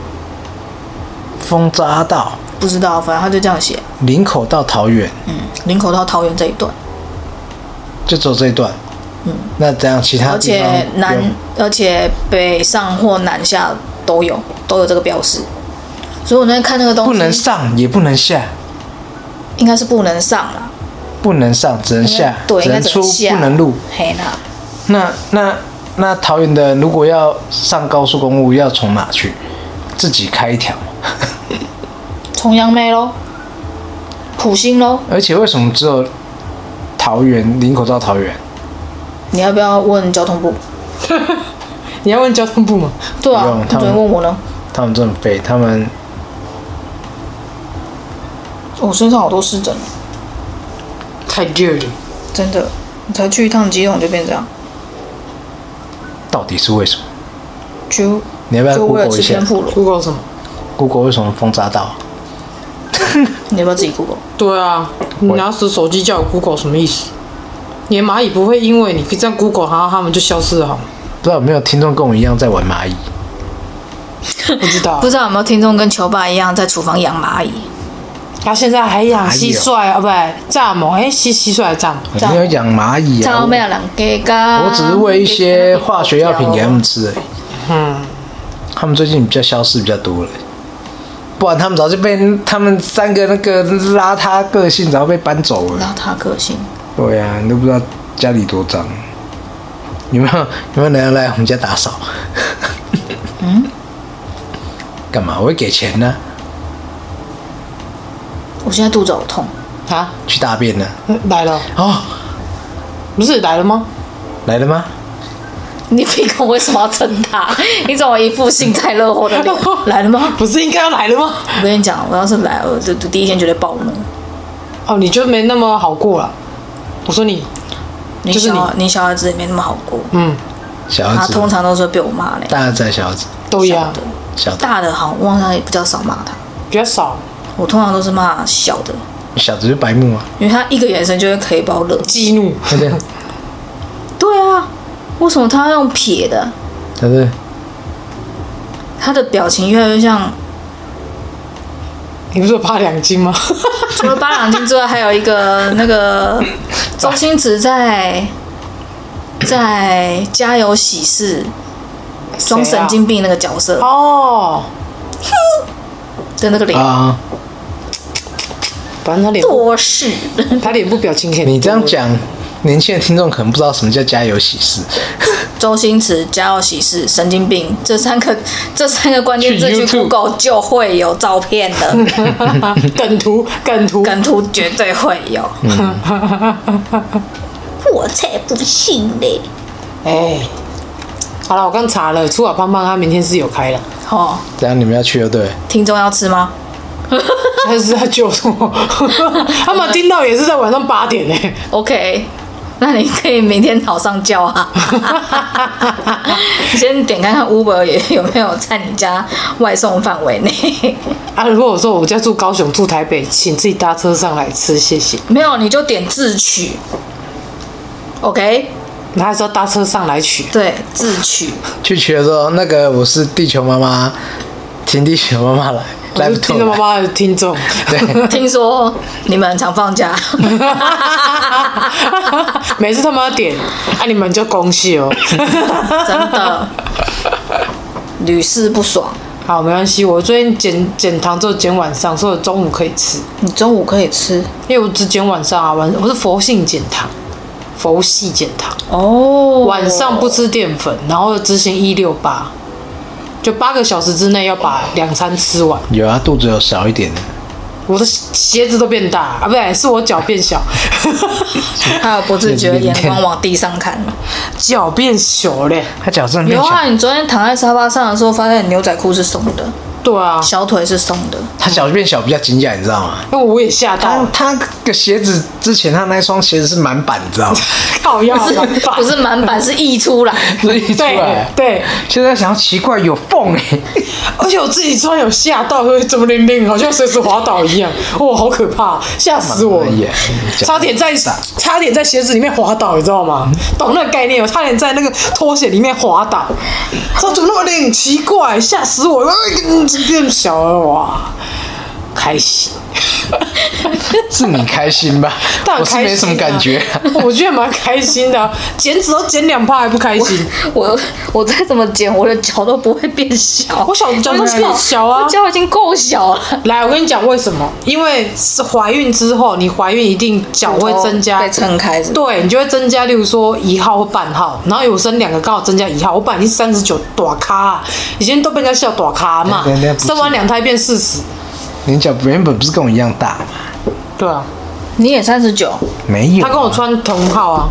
Speaker 2: 封匝道
Speaker 4: 不知道，反正他就这样写。
Speaker 2: 林口到桃园
Speaker 4: 嗯，林口到桃园这一段，
Speaker 2: 就走这一段。嗯，那怎样？其他
Speaker 4: 而
Speaker 2: 地方
Speaker 4: 且
Speaker 2: 不用
Speaker 4: 南，而且北上或南下都有都有这个标识，所以我那天看那个东西，
Speaker 2: 不能上也不能下，
Speaker 4: 应该是不能上啦，
Speaker 2: 不能上只能
Speaker 4: 应该
Speaker 2: 下，
Speaker 4: 嗯对，
Speaker 2: 只
Speaker 4: 应该
Speaker 2: 能
Speaker 4: 只
Speaker 2: 出
Speaker 4: 能下，
Speaker 2: 不能入。
Speaker 4: 嘿啦，
Speaker 2: 那那那桃园的人如果要上高速公路，要从哪去？自己开一条。
Speaker 4: 重阳妹喽，普星喽，
Speaker 2: 而且为什么只有桃园林口到桃园？
Speaker 4: 你要不要问交通部？
Speaker 3: 你要问交通部吗？
Speaker 4: 对
Speaker 2: 不
Speaker 4: 啊
Speaker 2: 用，
Speaker 4: 你
Speaker 2: 他
Speaker 4: 怎
Speaker 2: 们
Speaker 4: 么问我呢？
Speaker 2: 他们这么废，他们
Speaker 4: 我哦身上好多湿疹，
Speaker 3: 太热了，
Speaker 4: 真的，你才去一趟基隆就变这样，
Speaker 2: 到底是为什么？
Speaker 4: 就
Speaker 2: 你要不要
Speaker 4: 就为了
Speaker 2: Google 一
Speaker 4: 吃
Speaker 2: 下
Speaker 4: 天妇罗，
Speaker 3: Google 什么？
Speaker 2: ？Google 为什么封匝道？
Speaker 4: 你要不要自己 Google？
Speaker 3: 对啊，你拿死手机叫我 Google 什么意思？你的蚂蚁不会因为你这样 Google，然后他们就消失了好吗？
Speaker 2: 不知道有没有听众跟我一样在玩蚂蚁？
Speaker 3: 不知道
Speaker 4: 不，知道有没有听众跟球爸一样在厨房养蚂 [LAUGHS] 蚁？
Speaker 3: 他现在还养蟋蟀啊，不对，蚱蜢，哎，蟋蟋蟀还是蚱蜢，
Speaker 2: 我没有养蚂蚁啊，
Speaker 4: 超
Speaker 2: 我
Speaker 4: 没有人给噶。
Speaker 2: 我只是喂一些化学药品给他们吃而已。他们最近比较消失比较多了，不然他们早就被他们三个那个邋遢个性早就被搬走了。
Speaker 4: 邋遢个性，
Speaker 2: 对呀、你都不知道家里多脏。有没有有没有人来我们家打扫？嗯？干嘛？我会给钱呢、
Speaker 4: 我现在肚子好痛，
Speaker 3: 啊，
Speaker 2: 去大便呢、
Speaker 3: 嗯来了，
Speaker 2: 哦，
Speaker 3: 不是来了吗？
Speaker 2: 来了吗？
Speaker 4: 你鼻孔为什么要撑大？ [LAUGHS] 你怎么一副幸灾乐祸的脸？ [LAUGHS] 来了吗？
Speaker 3: 不是应该要来了吗？
Speaker 4: 我跟你讲，我要是来，我就第一天绝对暴怒。
Speaker 3: 哦，你就没那么好过了。我说你，
Speaker 4: 你
Speaker 3: 就是
Speaker 4: 小你小孩子也没那么好过，
Speaker 3: 嗯，
Speaker 2: 小
Speaker 4: 他
Speaker 2: 儿子，
Speaker 4: 通常都是被我骂嘞。
Speaker 2: 大儿子还是小儿子，
Speaker 3: 都一样
Speaker 4: 小的，
Speaker 2: 小的
Speaker 4: 大的好，我好像也比较少骂他，
Speaker 3: 比较少，
Speaker 4: 我通常都是骂小的，
Speaker 2: 小的就白目啊，
Speaker 4: 因为他一个眼神就会可以把我惹急。
Speaker 3: 激怒，
Speaker 2: 对不对？
Speaker 4: 对啊，为什么他要用撇的？
Speaker 2: 对不对？
Speaker 4: 他的表情越来越像
Speaker 3: 你不是有扒两斤吗？
Speaker 4: 除了八两金之外，还有一个
Speaker 2: [LAUGHS]
Speaker 4: 那个周星驰在在《家有喜事》装神经病那个角色
Speaker 3: 哦，
Speaker 4: 的那个脸，
Speaker 2: 啊！
Speaker 3: [LAUGHS] 反正他脸
Speaker 4: 多事。
Speaker 3: 他脸部表情可以。
Speaker 2: 你这样讲，年轻的听众可能不知道什么叫家有喜事。
Speaker 4: 周星驰、家有喜事、神经病这三个 [LAUGHS] 这三个关键字
Speaker 2: 去
Speaker 4: 去
Speaker 2: YouTube
Speaker 4: Google 就会有照片
Speaker 2: [LAUGHS]
Speaker 4: 的，
Speaker 3: [LAUGHS] 梗图梗图，
Speaker 4: 梗图绝对会有。
Speaker 2: 嗯
Speaker 4: 我才不信嘞！
Speaker 3: 哎，好了，我刚查了，初老胖胖他明天是有开的，
Speaker 4: 哦，
Speaker 2: 等一下你们要去就对了，
Speaker 4: 听众要吃吗？
Speaker 3: 但是他救我，他们听到也是在晚上八点呢、
Speaker 4: OK，那你可以明天早上叫啊。 [LAUGHS] 你先点看看 Uber 也有没有在你家外送范围内， [LAUGHS]
Speaker 3: 啊，如果我说我家住高雄，住台北，请自己搭车上来吃，谢谢。
Speaker 4: 没有你就点自取。OK，
Speaker 3: 那还是要搭车上来取。
Speaker 4: 对，自取。
Speaker 2: 去取的时候，那个我是地球妈妈，听地球妈妈来，来
Speaker 3: 我
Speaker 2: 不
Speaker 3: 是
Speaker 2: 透
Speaker 3: 听众妈
Speaker 2: 来。
Speaker 3: 妈的听众， [LAUGHS]
Speaker 2: 对，
Speaker 4: 听说你们常放假， [LAUGHS]
Speaker 3: 每次他们要点，啊，你们就恭喜哦。
Speaker 4: 真的屡试不爽。
Speaker 3: 好，没关系，我最近减减糖之后减晚上，所以我中午可以吃，
Speaker 4: 你中午可以吃
Speaker 3: 因为我只减晚上啊，晚我是佛性减糖，佛系减糖，
Speaker 4: 哦，
Speaker 3: 晚上不吃淀粉，然后执行一六八，就八个小时之内要把两餐吃完。
Speaker 2: 有啊，肚子有少一点的，
Speaker 3: 我的鞋子都变大啊，不对，是我脚变小，
Speaker 4: 还有不自觉眼光往地上看。
Speaker 3: 脚变小嘞。
Speaker 2: 他脚正面
Speaker 4: 有
Speaker 2: 小，
Speaker 4: 啊，你昨天躺在沙发上的时候，发现你牛仔裤是松的，
Speaker 3: 对啊，
Speaker 4: 小腿是松的。
Speaker 2: 他脚变小比较惊讶，你知道吗？
Speaker 3: 因为我也吓到
Speaker 2: 他他
Speaker 3: 了，
Speaker 2: 个鞋子之前他那双鞋子是满版，你知道吗？
Speaker 3: 靠腰
Speaker 4: 是
Speaker 3: 很大
Speaker 4: 不是满版是溢出来， [LAUGHS]
Speaker 2: 所以出
Speaker 3: [LAUGHS] 对
Speaker 2: 来，
Speaker 3: 对，
Speaker 2: 现在想要奇怪有缝哎、欸，
Speaker 3: 而且我自己穿有吓到，会怎么灵灵，好像随时滑倒一样，哇，好可怕，吓死我了
Speaker 2: 哎呀！
Speaker 3: 差点在差点在鞋子里面滑倒，你知道吗？懂那个概念吗？我差点在那个拖鞋里面滑倒，这怎么那么灵？奇怪，吓死我了！哎变小了哇，开心。
Speaker 2: 是你开心吧？
Speaker 3: 但
Speaker 2: 我
Speaker 3: 很
Speaker 2: 是
Speaker 3: 开心、啊，
Speaker 2: 没什么感觉、啊。
Speaker 3: [LAUGHS] 我觉得蛮开心的啊、
Speaker 2: [LAUGHS]
Speaker 3: 减脂都减两趴还不开心，
Speaker 4: 我我再怎么剪，我的脚都不会变小。
Speaker 3: 我小脚都变小啊
Speaker 4: 我脚已经够小了，
Speaker 3: 来，我跟你讲为什么？因为是怀孕之后，你怀孕一定脚会增加
Speaker 4: 哦
Speaker 2: 哦
Speaker 4: 被撑开是吧？
Speaker 3: 对，你就会增加，例如说一号或半号，然后有生两个刚好增加一号，我本来已经三十九短咖，以前都被人家笑短咖嘛
Speaker 2: 对对对不，是
Speaker 3: 生完两胎变四十，
Speaker 2: 你脚原本不是跟我一样大吗？
Speaker 3: 对啊，
Speaker 4: 你也三十九，
Speaker 2: 没有啊，
Speaker 3: 他跟我穿同号啊。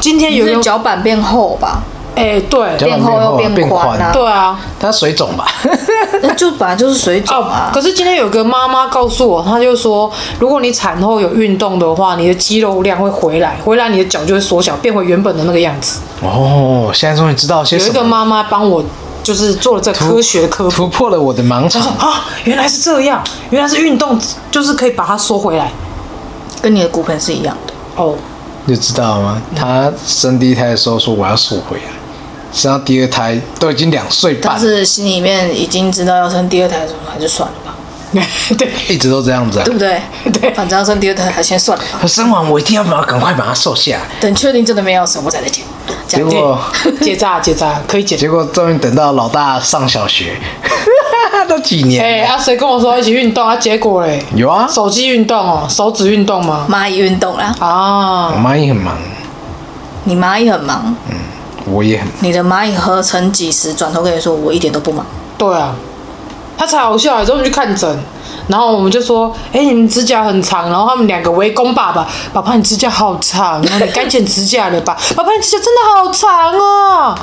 Speaker 3: 今天哎有
Speaker 4: 你
Speaker 3: 一
Speaker 4: 是
Speaker 3: 个
Speaker 4: 脚板变厚吧？
Speaker 3: 哎、对
Speaker 2: 脚板
Speaker 4: 变厚又
Speaker 2: 变啊
Speaker 4: 变宽
Speaker 2: 宽
Speaker 4: 啊
Speaker 3: 对啊，
Speaker 2: 他水肿吧？
Speaker 4: 那就本来就是水肿
Speaker 3: 哦
Speaker 4: 啊，。
Speaker 3: 可是今天有个妈妈告诉我，她就说，如果你产后有运动的话，你的肌肉量会回来，回来你的脚就会缩小，变回原本的那个样子。
Speaker 2: 哦，现在终于知道些
Speaker 3: 有
Speaker 2: 什
Speaker 3: 一个
Speaker 2: 么，
Speaker 3: 妈妈帮我，就是做了这科学的科普，
Speaker 2: 突破了我的盲
Speaker 3: 她说 [LAUGHS]
Speaker 2: 场。
Speaker 3: 啊，原来是这样，原来是运动就是可以把它缩回来。
Speaker 4: 跟你的骨盆是一样的。
Speaker 3: 哦， [LAUGHS]
Speaker 2: 你知道吗？他生第一胎的时候说我要缩回啊来，生到第二胎都已经两岁
Speaker 4: 但
Speaker 2: 半，
Speaker 4: 是心里面已经知道要生第二胎的时候，还是算了吧，
Speaker 3: 对，
Speaker 2: 一直都这样子、啊
Speaker 4: 对。不对？
Speaker 3: [LAUGHS] 对
Speaker 4: 反正要生第二胎，还先算了吧。
Speaker 2: 他生完我一定要把它赶快把它瘦下来。
Speaker 4: 等确定真的没有什么，我才来剪。这
Speaker 2: 结
Speaker 4: 样
Speaker 2: 果
Speaker 3: 结扎结扎可以结。
Speaker 2: 结果终于等到老大上小学， [LAUGHS] 都几年了？
Speaker 3: 哎、啊，谁跟我说一起运动啊？结果嘞，
Speaker 2: 有啊，
Speaker 3: 手机运动哦，手指运动吗？
Speaker 4: 蚂蚁运动啦，
Speaker 2: 我
Speaker 3: 啊，
Speaker 2: 妈也很忙，
Speaker 4: 你蚂蚁很忙，
Speaker 2: 我也很忙。
Speaker 4: 你的蚂蚁合成几十，转头跟你说我一点都不忙。
Speaker 3: 对啊，他才好笑、欸。之后我们去看诊，然后我们就说：“哎、你们指甲很长。”然后他们两个围攻爸爸：“爸爸，你指甲好长，然后你该剪指甲了吧？爸爸，你指甲真的好长哦。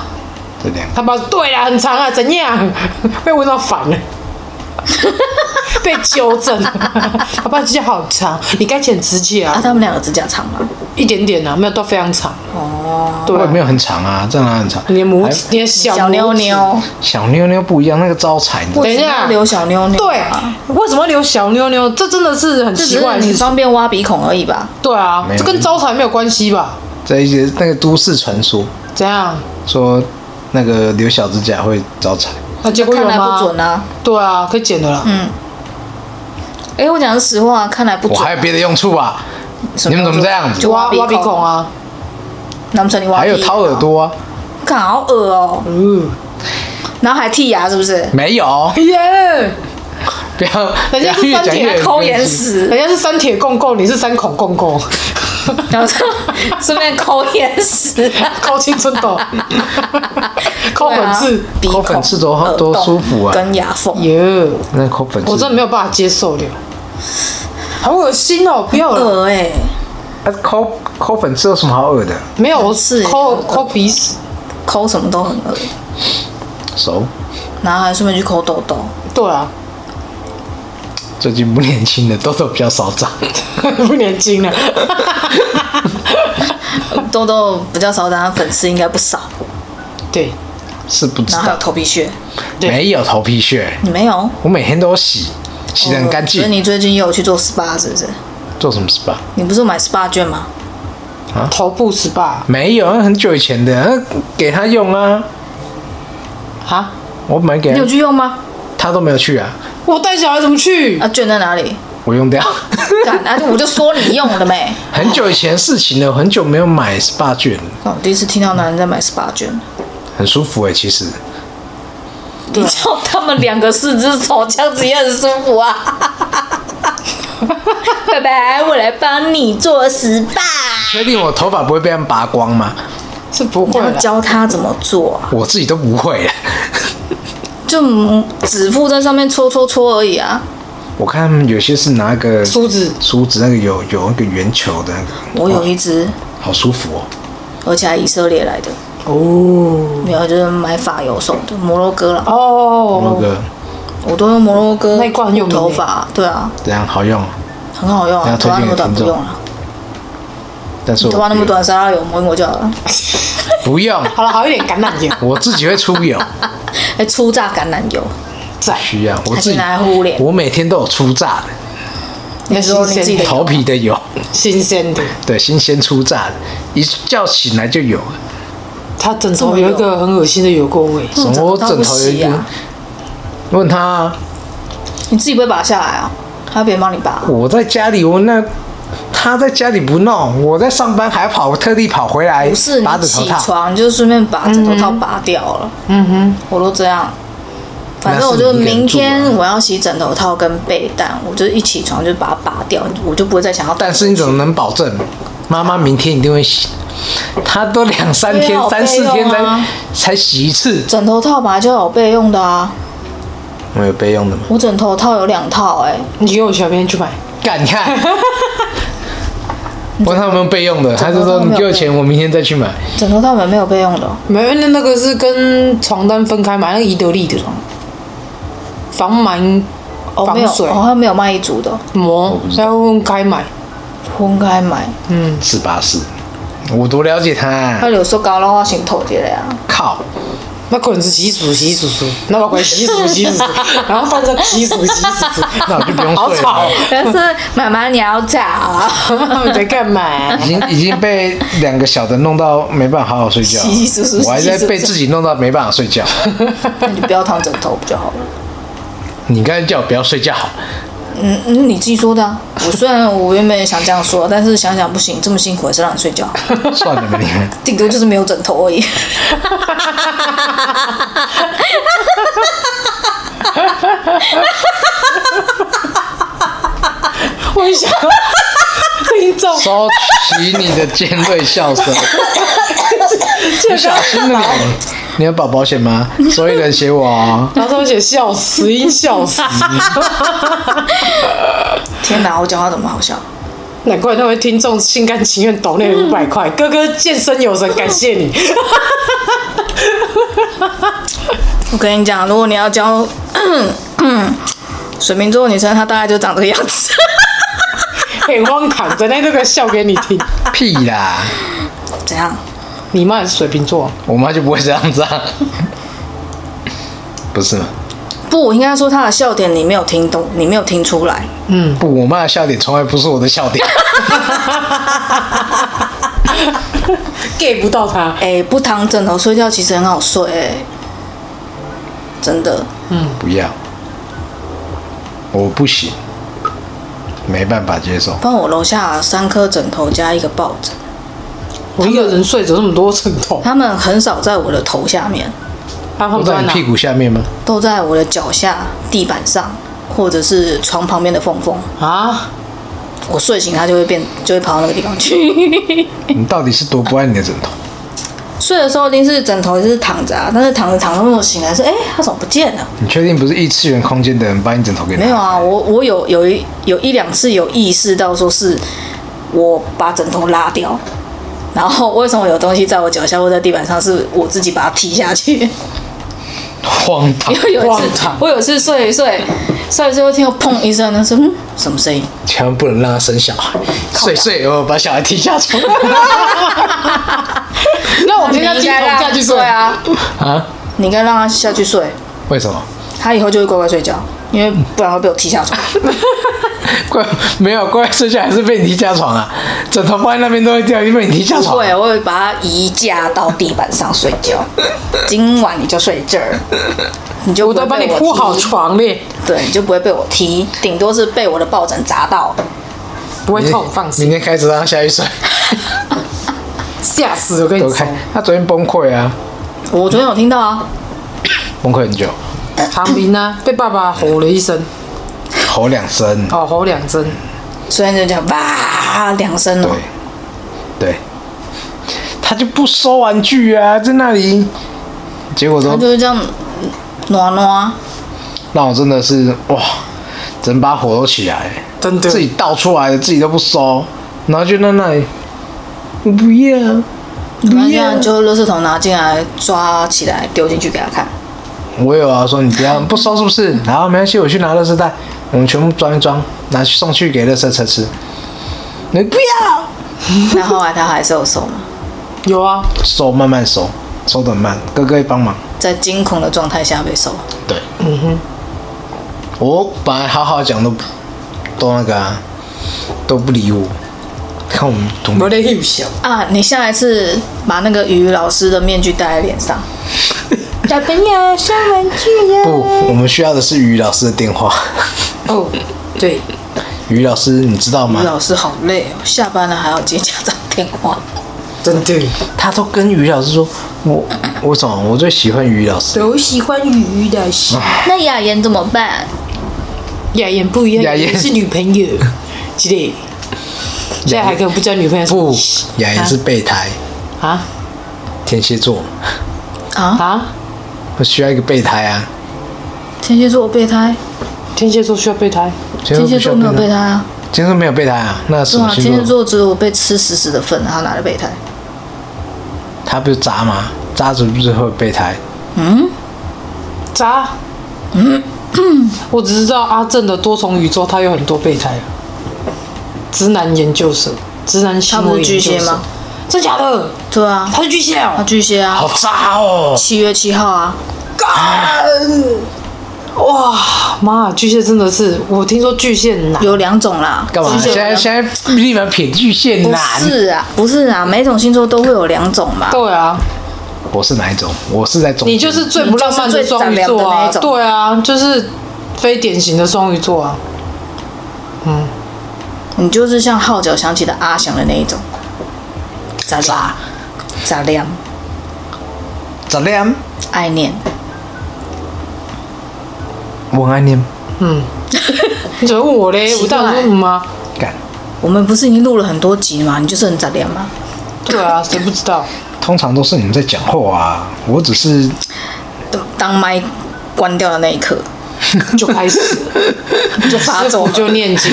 Speaker 2: 这两”
Speaker 3: 他爸说：“对啦，很长啊，怎样？” [LAUGHS] 被问到烦
Speaker 4: [LAUGHS]
Speaker 3: 了。被纠正， [LAUGHS] 爸爸指甲好长，你该剪指甲、
Speaker 4: 啊，他们两个指甲长吗？
Speaker 3: 一点点啊，没有到非常长。
Speaker 4: 哦，
Speaker 3: 对
Speaker 2: 我
Speaker 3: 啊、
Speaker 2: 也没有很长啊，这哪很长？
Speaker 3: 你的拇指，
Speaker 2: 还
Speaker 3: 你的小
Speaker 4: 小妞
Speaker 3: 拇指
Speaker 4: 妞，
Speaker 2: 小妞妞不一样，那个招财。你知道吗
Speaker 3: 等一下
Speaker 4: 留小妞妞。
Speaker 3: 对，为什么要留小妞妞？这真的是很
Speaker 4: 这
Speaker 3: 奇
Speaker 4: 只
Speaker 3: 怪
Speaker 4: 是
Speaker 3: 的事
Speaker 4: 你
Speaker 3: 情。
Speaker 4: 方便挖鼻孔而已吧？
Speaker 3: 对啊
Speaker 2: 没，有
Speaker 3: 这跟招财没有关系吧？
Speaker 2: 这一些那个都市传说
Speaker 3: 怎样？
Speaker 2: 说，那个留小指甲会招财，
Speaker 3: 那结果有
Speaker 4: 看来
Speaker 3: 吗？
Speaker 4: 不准啊。嗯
Speaker 3: 对啊，可以剪的啦。
Speaker 4: 哎、我讲的实话，看来不
Speaker 2: 我
Speaker 4: 准、
Speaker 2: 还有别的用处啊吧？
Speaker 4: 什
Speaker 2: 你们
Speaker 4: 叫
Speaker 2: 怎么
Speaker 4: 做
Speaker 2: 这样子
Speaker 4: 就
Speaker 3: 挖
Speaker 4: 挖
Speaker 3: 挖
Speaker 4: 鼻
Speaker 3: 鼻孔
Speaker 4: 孔，
Speaker 3: 啊，
Speaker 4: 难不成你挖
Speaker 2: 还有
Speaker 4: 屁
Speaker 2: 掏耳？朵啊？
Speaker 4: 看好恶哦、
Speaker 3: 嗯，
Speaker 4: 然后还剔牙，是
Speaker 3: [LAUGHS]
Speaker 4: 不是？
Speaker 2: 没有，
Speaker 4: 哎
Speaker 3: 耶，
Speaker 2: 不要，不
Speaker 3: 人家
Speaker 2: 要
Speaker 3: 是
Speaker 2: 越
Speaker 3: 三
Speaker 2: 讲
Speaker 3: 铁
Speaker 2: 越
Speaker 4: 抠眼屎
Speaker 3: 人，家是三铁共构，你是三孔共构， [LAUGHS]
Speaker 4: 然后顺便抠眼屎，啊
Speaker 3: 抠青春
Speaker 4: [LAUGHS]
Speaker 3: 痘，抠粉刺
Speaker 4: 对啊，鼻
Speaker 2: 抠
Speaker 4: 孔、
Speaker 2: 粉刺多
Speaker 4: 耳
Speaker 2: 多
Speaker 4: 洞
Speaker 2: 舒服啊
Speaker 4: 跟牙缝，
Speaker 3: 耶，
Speaker 2: 那抠粉刺，
Speaker 3: 我真的没有办法接受了，好恶心哦，不要了，
Speaker 4: 恶哎、
Speaker 2: 啊抠抠粉刺有什么好恶的？
Speaker 3: 没有，我
Speaker 4: 是
Speaker 3: 抠抠鼻屎，
Speaker 4: 抠什么都很恶，
Speaker 2: 熟，
Speaker 4: 然后还顺便去抠痘痘， [LAUGHS]
Speaker 3: 对啊， [LAUGHS]
Speaker 2: 最近不年轻的痘痘比较少
Speaker 4: [LAUGHS]
Speaker 2: 长，
Speaker 3: 不年轻了， [LAUGHS]
Speaker 4: 痘痘比较少，但粉刺应该不少，
Speaker 3: 对，
Speaker 2: 是不知
Speaker 4: 然后还有
Speaker 2: 道。
Speaker 4: 头皮屑，
Speaker 3: 对
Speaker 2: 没有头皮屑，
Speaker 4: 你没有？
Speaker 2: 我每天都洗，洗得很干
Speaker 4: 所以
Speaker 2: 净。
Speaker 4: 你最近又有去做 SPA 是不是？
Speaker 2: 做什么 SPA？
Speaker 4: 你不是有买 SPA 券吗？
Speaker 3: 头部 SPA
Speaker 2: 没有，那很久以前的，那给他用啊。
Speaker 3: 啊，
Speaker 2: 我买给
Speaker 4: 你有
Speaker 2: 他，
Speaker 4: 去用吗？
Speaker 2: 他都没有去啊，
Speaker 3: 我带小孩怎么去？
Speaker 4: 啊，券在哪 [LAUGHS] 里？
Speaker 2: 我用掉。 [LAUGHS]
Speaker 4: 干，啊，我就说你用了没？
Speaker 2: 很久以前的事情了，我很久没有买 SPA 卷了，
Speaker 4: 哦我第一次听到男人在买 SPA 券，
Speaker 2: 很舒服哎、其实
Speaker 4: 你叫他们两个四只手这样子也很舒服 [LAUGHS] 啊。拜拜，我来帮你做 SPA。
Speaker 2: 确定我头发不会被他们拔光吗？
Speaker 3: 是不
Speaker 4: 你
Speaker 3: 会
Speaker 4: 要
Speaker 3: 了，
Speaker 4: 教他怎么做啊？
Speaker 2: 我自己都不会了。
Speaker 4: 就嗯指腹在上面搓搓搓而已啊！
Speaker 2: 我看他们有些是拿个
Speaker 3: 梳子
Speaker 2: 梳子那个有有那个圆球的那个，
Speaker 4: 我有一只，
Speaker 2: 好舒服哦。
Speaker 4: 而且还以色列来的，
Speaker 3: 哦
Speaker 4: 没有就是买法油送的，摩洛哥了。
Speaker 2: 那
Speaker 3: 哦，
Speaker 2: 个
Speaker 4: 我都用摩洛哥
Speaker 3: 那一罐很有名
Speaker 4: 头发，对啊，
Speaker 2: 怎样好用？哦
Speaker 4: 很好用
Speaker 2: 那要
Speaker 4: 啊，
Speaker 2: 推
Speaker 4: 头发那
Speaker 2: 荐
Speaker 4: 么
Speaker 2: 给
Speaker 4: 短
Speaker 2: 听
Speaker 4: 不
Speaker 2: 众
Speaker 4: 用了，
Speaker 2: 但是我
Speaker 4: 头发那么短，沙拉油抹一抹就好了。 [LAUGHS]
Speaker 2: 不用，
Speaker 3: 好了，好一点橄榄油，
Speaker 2: 我自己会出油，
Speaker 4: 还哎初榨橄榄油，
Speaker 3: 在
Speaker 2: [LAUGHS] 需要我
Speaker 4: 还
Speaker 2: 自
Speaker 4: 是
Speaker 2: 己
Speaker 4: 拿来敷脸？
Speaker 2: 我每天都有出榨的
Speaker 3: 那
Speaker 4: 你说你自己的
Speaker 2: 头皮的油，
Speaker 3: 新鲜的，
Speaker 2: 对，新鲜出榨的，一觉醒来就有了。
Speaker 3: 它枕头有一个很恶心的油垢味，
Speaker 4: 怎
Speaker 2: 什
Speaker 4: 嗯么
Speaker 2: 么
Speaker 4: 枕头
Speaker 2: 枕
Speaker 4: 不
Speaker 2: 头有一
Speaker 4: 洗
Speaker 2: 个
Speaker 4: 啊？
Speaker 2: 问他啊，
Speaker 4: 你自己不会拔下来啊？还要别人帮你拔？
Speaker 2: 我在家里，我那他在家里不弄，我在上班还跑，特地跑回来，
Speaker 4: 不是，
Speaker 2: 拔
Speaker 4: 你
Speaker 2: 枕头
Speaker 4: 起
Speaker 2: 套。
Speaker 4: 床就顺便把枕头套拔掉了。嗯哼，我都这样。反正我就明天
Speaker 2: 啊
Speaker 4: 我要洗枕头套跟被单，我就一起床就把它拔掉，我就不会再想要。
Speaker 2: 但是你怎么能保证妈妈明天一定会洗？她都两三
Speaker 4: 对
Speaker 2: 天
Speaker 4: 啊、
Speaker 2: 三四天
Speaker 4: 我备用啊
Speaker 2: 才才洗一次，
Speaker 4: 枕头套本来就有备用的啊，
Speaker 2: 我有备用的吗？
Speaker 4: 我枕头套有两套哎、
Speaker 3: 你给我小编去买，
Speaker 2: 干，你看，问他有没有备用的，他就说你给我钱，我明天再去买。
Speaker 4: 枕头套本来没有备用的哦，
Speaker 3: 没有，那那个是跟床单分开买，那个宜得利的防螨、
Speaker 4: 哦
Speaker 3: 防
Speaker 4: 没有，
Speaker 3: 水
Speaker 4: 好像没有卖一组的，
Speaker 3: 膜，要分开买。
Speaker 4: 分开买。
Speaker 2: 是吧？是，我多了解他啊、
Speaker 4: 他有时候搞到我先头一个呀、啊，
Speaker 2: 靠，
Speaker 3: 那可能是洗数洗数数，那我管洗数洗
Speaker 4: [LAUGHS]
Speaker 3: 数，然后放在洗数洗数，
Speaker 2: 那我就不用
Speaker 3: 好
Speaker 2: 睡
Speaker 3: 吵
Speaker 2: 了。，
Speaker 4: 但是妈妈你要找啊，
Speaker 3: 你在干嘛
Speaker 2: 已？经已经被两个小的弄到没办法好好睡觉
Speaker 4: 洗洗簌簌，
Speaker 2: 我还在
Speaker 4: 洗洗簌簌
Speaker 2: 被自己弄到没办法睡觉。
Speaker 4: 那你就不要躺枕头不就好了？
Speaker 2: 你刚才叫我不要睡觉，
Speaker 4: 嗯嗯，你自己说的、啊。我虽然我原本也想这样说，但是想想不行，这么辛苦还是让你睡觉，
Speaker 2: 算了吧你们。
Speaker 4: 顶多就是没有枕头而已。 [LAUGHS]
Speaker 3: 我也想要听众
Speaker 2: 收起你的尖锐笑
Speaker 4: [LAUGHS]
Speaker 2: 声，你小心了你。你有保保险吗？所以人写我哦。
Speaker 3: 然后上面写笑死，音笑
Speaker 4: [LAUGHS]
Speaker 3: 死，
Speaker 4: 天哪，我讲话怎么好笑？
Speaker 3: 难怪那位听众心甘情愿抖那五百块。哥哥健身有神，感谢
Speaker 4: [LAUGHS]
Speaker 3: 你。
Speaker 4: 我跟你讲，如果你要教 [CLEARS THROAT] 水瓶座的女生，她大概就长这个样子。
Speaker 3: 很荒唐，整天都可以笑给你听。
Speaker 2: 屁啦，
Speaker 4: 怎样？
Speaker 3: 你妈也是水瓶座，
Speaker 2: 我妈就不会这样子啊。不是吗？
Speaker 4: 不，我应该说她的笑点你没有听懂，你没有听出来。
Speaker 2: 不，我妈的笑点从来不是我的笑点。
Speaker 3: get 不到他。
Speaker 4: 哎、不躺枕头睡觉其实很好睡、哎，真的。
Speaker 2: 不要，我不行，没办法接受。
Speaker 4: 帮我楼下三颗枕头加一个抱枕，
Speaker 3: 我一个人睡着那么多枕头，
Speaker 4: 他们很少在我的头下面，
Speaker 3: 啊，他
Speaker 2: 都
Speaker 3: 们都
Speaker 2: 在
Speaker 3: 在
Speaker 2: 你
Speaker 3: 哪
Speaker 2: 屁？股下面吗？
Speaker 4: 都在我的脚下、地板上，或者是床旁边的缝缝。
Speaker 3: 啊，
Speaker 4: 我睡醒，它就会变，就会跑到那个地方去。 [LAUGHS]
Speaker 2: 你到底是多不爱你的枕头？
Speaker 4: 睡的时候一定是枕头就是躺着啊，但是躺着躺着，我醒来是，哎、它怎么不见了？
Speaker 2: 你确定不是异次元空间的人把你枕头给拿
Speaker 4: 没有啊，我我有有一有一两次有意识到说是我把枕头拉掉，然后为什么有东西在我脚下或在地板上，是我自己把它踢下去。 [LAUGHS]
Speaker 2: 荒唐
Speaker 4: 因，为 [LAUGHS] 有一
Speaker 3: 荒
Speaker 4: 次
Speaker 3: 唐，
Speaker 4: 我有一次睡一睡，睡一睡就听到砰一声，那是嗯什么声音？
Speaker 2: 千万不能让他生小孩，睡睡哦，把小孩踢下 [LAUGHS] 床
Speaker 3: 那我们要
Speaker 4: 你
Speaker 3: 鸡
Speaker 4: 应
Speaker 3: 头
Speaker 4: 该让
Speaker 3: 下去睡
Speaker 4: 对，啊，
Speaker 2: 啊？
Speaker 4: 你应该让他下去睡，
Speaker 2: 为什么？
Speaker 4: 他以后就会乖乖睡觉，因为不然会被我踢下床。
Speaker 3: 嗯
Speaker 4: [LAUGHS]
Speaker 2: 乖，没有乖，睡觉还是被你踢下床啊？枕头放在那边都会掉，因为你踢下
Speaker 4: 不
Speaker 3: 啊
Speaker 2: 床。
Speaker 4: 会，我会把它移架到地板上睡觉。今晚你就睡这儿，你就
Speaker 3: 我
Speaker 4: 不
Speaker 3: 都
Speaker 4: 会
Speaker 3: 帮你
Speaker 4: 被
Speaker 3: 铺好
Speaker 4: 踢
Speaker 3: 床嘞，
Speaker 4: 对，你就不会被我踢，顶多是被我的抱枕砸到。
Speaker 3: 不会痛，放
Speaker 2: 明
Speaker 3: 心。
Speaker 2: 天开始让他下去睡。
Speaker 3: 吓死我跟你
Speaker 2: 都
Speaker 3: 说
Speaker 2: 开，，他昨天崩溃啊，
Speaker 4: 我昨天有听到啊，
Speaker 2: 崩溃很久，
Speaker 3: 长明呢被爸爸吼了一声，
Speaker 2: 吼两声，
Speaker 3: 哦，吼两声，
Speaker 4: 所以就讲哇两声
Speaker 2: 对
Speaker 4: 哦，，
Speaker 2: 对，他就不收玩具啊，在那里，结果
Speaker 4: 他
Speaker 2: 都
Speaker 4: 就是这样暖啊暖，
Speaker 2: 让我真的是哇，整把火都起来，
Speaker 3: 真的
Speaker 2: 自己倒出来的自己都不收，然后就在那里，我不要，不
Speaker 4: 然后这
Speaker 2: 要
Speaker 4: 样，就垃圾桶拿进来抓起来丢进去给他看。
Speaker 2: 我有啊，说你不要不收是不是？好，没关系，我去拿垃圾袋，我们全部装一装，拿去送去给垃圾车吃。你不要
Speaker 4: 但后来他还是有收嘛，
Speaker 3: 有啊，
Speaker 2: 收，慢慢收，收的慢，哥哥会帮忙。
Speaker 4: 在惊恐的状态下被收。
Speaker 2: 对，嗯哼，我本来好好讲都不都那个、啊、都不理我，看我们多
Speaker 3: 没
Speaker 2: 么
Speaker 3: 得有笑，
Speaker 4: 啊，你下一次把那个语语老师的面具戴在脸上。小朋友收玩具呀！
Speaker 2: 不，我们需要的是于老师的电话。 [LAUGHS]
Speaker 3: 哦，对，
Speaker 2: 于老师，你知道
Speaker 4: 语
Speaker 2: 吗？
Speaker 4: 老师好累哦，下班了还要接家长电话。
Speaker 3: 真的，
Speaker 2: 他都跟于老师说，我我什么？我最喜欢于老师。
Speaker 3: 都喜欢鱼鱼的是，
Speaker 4: 那雅妍怎么办？
Speaker 3: 雅妍不一样，
Speaker 2: 雅
Speaker 3: 雅
Speaker 2: 妍
Speaker 3: 妍是女朋友，之类，现在还可能不交女朋友，
Speaker 2: 不，雅妍是备胎，
Speaker 3: 啊
Speaker 2: 天蝎座，
Speaker 4: 啊，
Speaker 3: 啊，
Speaker 2: 我需要一个备胎啊。
Speaker 4: 天蝎座备胎，
Speaker 3: 天蝎座需要备胎，
Speaker 4: 天蝎座没有备胎，啊，
Speaker 2: 天蝎座没有备胎啊？那什
Speaker 4: 对
Speaker 2: 么
Speaker 4: 啊，天
Speaker 2: 星
Speaker 4: 蝎
Speaker 2: 座？
Speaker 4: 座只有被吃死死的份，然后拿来备胎。
Speaker 2: 他不是渣吗？渣子不是会有备胎？
Speaker 3: 渣，嗯我只知道阿正的多重宇宙，他有很多备胎，直男研究生，直男行为研
Speaker 4: 他不是巨
Speaker 3: 究
Speaker 4: 蟹
Speaker 3: 生
Speaker 4: 吗，
Speaker 3: 真假的？
Speaker 4: 对啊，
Speaker 3: 他是巨蟹
Speaker 4: 啊
Speaker 3: 哦，
Speaker 4: 巨蟹啊
Speaker 2: 好，渣哦！
Speaker 4: 七月七号啊，
Speaker 3: 哇妈，巨蟹真的是，我听说巨蟹男
Speaker 4: 有两种啦。
Speaker 2: 干嘛？
Speaker 4: 巨
Speaker 2: 现
Speaker 4: 蟹有
Speaker 2: 在
Speaker 4: 两
Speaker 2: 现在立马撇巨蟹
Speaker 4: 不
Speaker 2: 男。
Speaker 4: 是啊，不是啊，每种星座都会有两种嘛。
Speaker 3: 对啊，
Speaker 2: 我是哪一种？我是在中间。
Speaker 3: 你就是最不浪漫的双鱼
Speaker 4: 你就是最
Speaker 3: 座
Speaker 4: 长凉的那
Speaker 3: 啊
Speaker 4: 一，种
Speaker 3: 对啊，就是非典型的双鱼座啊，
Speaker 4: 你就是像号角响起的阿翔的那一种，咋啦？咋亮？
Speaker 2: 怎样？
Speaker 4: 爱念，
Speaker 2: 我爱你，
Speaker 3: 你怎么问我嘞？
Speaker 4: 奇
Speaker 3: 我
Speaker 4: 怪
Speaker 3: 当然说嗯啊，
Speaker 2: 干，
Speaker 4: 我们不是已经录了很多集吗？你就是很咋亮吗？
Speaker 3: 对啊，谁不知道？
Speaker 2: 通常都是你们在讲话啊，我只是
Speaker 4: 当麦关掉的那一刻，
Speaker 3: 就开始
Speaker 4: [LAUGHS] 就发
Speaker 3: 师
Speaker 4: 作
Speaker 2: [LAUGHS]
Speaker 3: 傅
Speaker 4: 了，
Speaker 3: 就念经，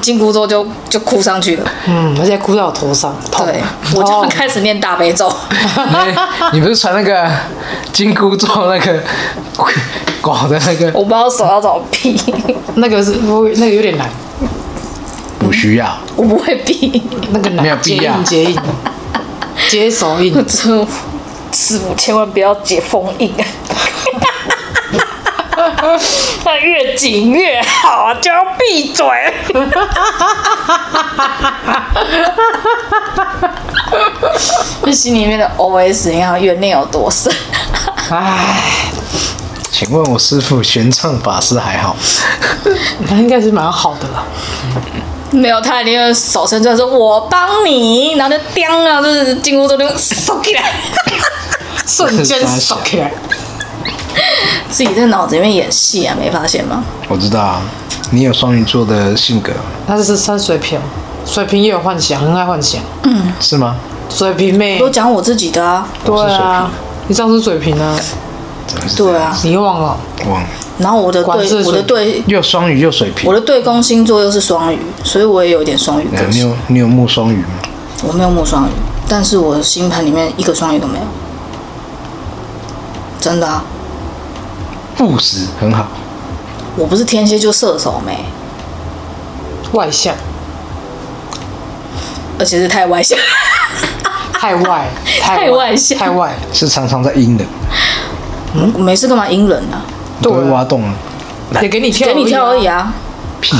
Speaker 4: 金箍咒就就哭上去了。
Speaker 3: 嗯，而且哭到我头上，痛哦
Speaker 4: 对，我
Speaker 2: 哦
Speaker 4: 就开始念大悲咒。
Speaker 2: 你你不是传那个金箍咒那个搞的那个？
Speaker 4: 我不知道手要怎么比，
Speaker 3: 那个是我那个有点难，
Speaker 2: 不需要，
Speaker 4: 我不会比，
Speaker 3: 那个
Speaker 2: 没有
Speaker 3: 难，
Speaker 2: 必
Speaker 3: 结
Speaker 2: 要
Speaker 3: 印结
Speaker 2: [LAUGHS]
Speaker 3: 印，结手印
Speaker 4: 我，就师傅千万不要解封印。啊那越紧越好，啊就要闭嘴。就心里面的 OS，你看怨念有多深。
Speaker 3: 唉，
Speaker 2: 请问我师傅玄奘法师还好吗？
Speaker 3: 那应该是蛮好的啦。
Speaker 4: 没有，他一定会手伸出来说：“我帮你。”然后就叮啊，就是进屋之后就收起来， [LAUGHS]
Speaker 3: 瞬间收起来。
Speaker 4: 自己在脑子里面演戏啊，没发现吗？
Speaker 2: 我知道啊，你有双鱼座的性格
Speaker 3: 他是三水瓶，水瓶也有幻想，很爱幻想。
Speaker 2: 是吗？
Speaker 3: 水瓶妹，
Speaker 4: 都讲我自己的啊，
Speaker 3: 对啊，你上次水瓶啊，
Speaker 2: 怎么是这
Speaker 4: 对
Speaker 2: 样？
Speaker 4: 啊。
Speaker 3: 你忘了？
Speaker 2: 忘了，
Speaker 4: 然后我的
Speaker 3: 管制
Speaker 4: 对
Speaker 3: 水
Speaker 4: 我的对
Speaker 2: 又双鱼又水瓶
Speaker 4: 我，的对宫星座又是双鱼，所以我也有一点双鱼个
Speaker 2: 你
Speaker 4: 性。
Speaker 2: 有你有木双鱼吗？
Speaker 4: 我没有木双鱼，但是我的星盘里面一个双鱼都没有，真的啊！
Speaker 2: 务实很好，
Speaker 4: 我不是天蝎就射手没，
Speaker 3: 外向，
Speaker 4: 而且是太外向。
Speaker 3: 太外，
Speaker 4: [LAUGHS] 太外向
Speaker 3: 太外。
Speaker 2: 是常常在阴的，
Speaker 4: 我每次干嘛阴人啊？
Speaker 2: 都
Speaker 3: 对
Speaker 2: 会
Speaker 3: 啊，
Speaker 2: 挖洞啊。
Speaker 3: 也给你跳，
Speaker 4: 给你跳而已。啊！
Speaker 2: 屁，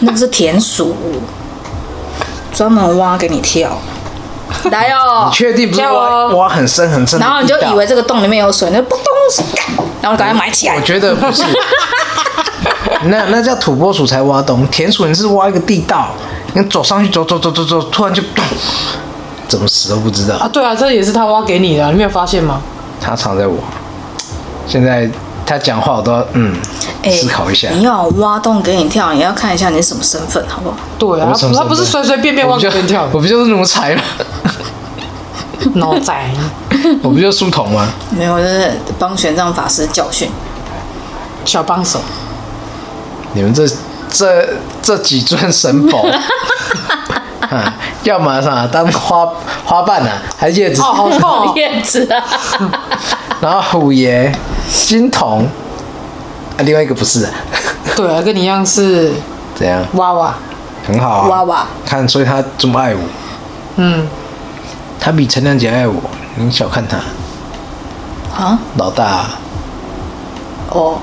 Speaker 4: 那个是田鼠，专门挖给你跳。来哦！
Speaker 2: 确定不是
Speaker 4: 跳
Speaker 2: 挖
Speaker 4: 哦！
Speaker 2: 挖很深很深的地道？
Speaker 4: 然后你就以为这个洞里面有水，那扑通，然后赶快埋起来
Speaker 2: 我。觉得不
Speaker 3: [LAUGHS]
Speaker 2: 是，那那叫土拨鼠才挖洞，田鼠你是挖一个地道，你走上去走走走走走，突然就咚，怎么死都不知
Speaker 3: 啊，
Speaker 2: 道。
Speaker 3: 对啊，这也是他挖给你的啊，你没有发现吗？
Speaker 2: 他常在挖，现在他讲话我都要嗯
Speaker 4: 哎
Speaker 2: 思考一下。
Speaker 4: 你要挖洞给你跳，你要看一下你是什么身份，好不好？
Speaker 3: 对啊，
Speaker 2: 我什
Speaker 3: 他
Speaker 2: 么
Speaker 3: 不他不是
Speaker 2: 身份
Speaker 3: 随随便便
Speaker 2: 我
Speaker 3: 挖
Speaker 2: 不
Speaker 3: 给
Speaker 2: 就
Speaker 3: 人跳
Speaker 2: 我
Speaker 3: 的，
Speaker 2: 不就是奴才吗？
Speaker 3: 脑仔。
Speaker 2: 我不就是书童吗？
Speaker 4: 没有，就是帮玄奘法师教 [LAUGHS] 训。
Speaker 3: 小帮手，
Speaker 2: 你们这这这几尊神
Speaker 3: [LAUGHS]
Speaker 2: 佛，啊，要么啥当花花瓣啊，还叶子，
Speaker 3: 哦，好痛
Speaker 4: [LAUGHS]
Speaker 3: 哦！
Speaker 4: 叶子啊，
Speaker 2: 然后虎爷、金童，啊，另外一个不是、啊，
Speaker 3: 对啊，跟你一样是
Speaker 2: 怎样？
Speaker 3: 娃娃，
Speaker 2: 很好啊，
Speaker 4: 娃娃，
Speaker 2: 看，所以他这么爱我，
Speaker 3: 嗯，
Speaker 2: 他比陈亮杰爱我，你小看他，
Speaker 4: 啊，
Speaker 2: 老大啊、
Speaker 4: 哦，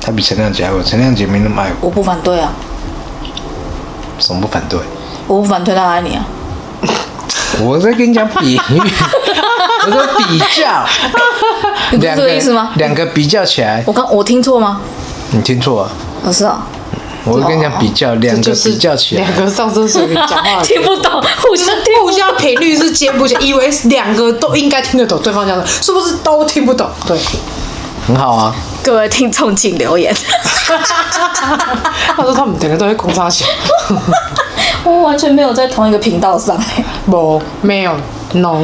Speaker 2: 他比陈亮杰爱我，陈亮杰没那么爱我，
Speaker 4: 我不反对啊，
Speaker 2: 什么不反对？
Speaker 4: 我不反对他爱你啊。
Speaker 2: 我在跟你讲比喻，我说比较，
Speaker 4: [LAUGHS] 你不是
Speaker 2: 两
Speaker 4: 这个意思吗？
Speaker 2: 两个比较起来，
Speaker 4: 我刚我听错吗？
Speaker 2: 你听错了。
Speaker 4: 不是啊，，
Speaker 2: 我跟你讲，比较两
Speaker 3: 就
Speaker 2: 个
Speaker 3: 是
Speaker 2: 比较起
Speaker 3: 两
Speaker 2: 来，
Speaker 3: 个上升水平讲话 [LAUGHS]
Speaker 4: [LAUGHS] 听不懂，互相听
Speaker 3: 互相频率是 [LAUGHS] 接不接，以为两个都应该听得懂对方讲的，是不是都听不懂？对，
Speaker 4: 哦
Speaker 2: 很好啊。
Speaker 4: 各位听众请留言。
Speaker 3: 他说他们两个都会空差小，
Speaker 4: [LAUGHS]
Speaker 3: [LAUGHS]
Speaker 4: 我完全没有在同一个频道上、欸，
Speaker 3: 不，没有，no，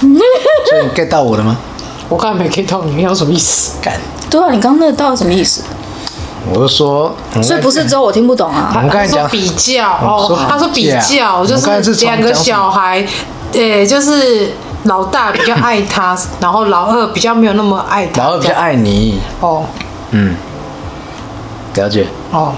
Speaker 2: 所以你 get 到我了吗？
Speaker 3: 我刚才没 get 到你，你有什么意思？
Speaker 2: 干，
Speaker 4: 对啊，你刚刚那个到底什么意思？
Speaker 2: 我就说，我
Speaker 4: 所以不是只有我听不懂啊
Speaker 2: 我。们刚才
Speaker 3: 他说
Speaker 2: 讲
Speaker 3: 比较
Speaker 2: 我说
Speaker 3: 哦
Speaker 2: 比，较
Speaker 3: 他说比较就
Speaker 2: 我刚才是从
Speaker 3: 两个
Speaker 2: 讲什么
Speaker 3: 小孩，呃，就是老大比较爱他，然后老二比较没有那么爱他，
Speaker 2: 然后比较爱你，
Speaker 3: 哦
Speaker 2: 嗯，了解。
Speaker 3: 哦，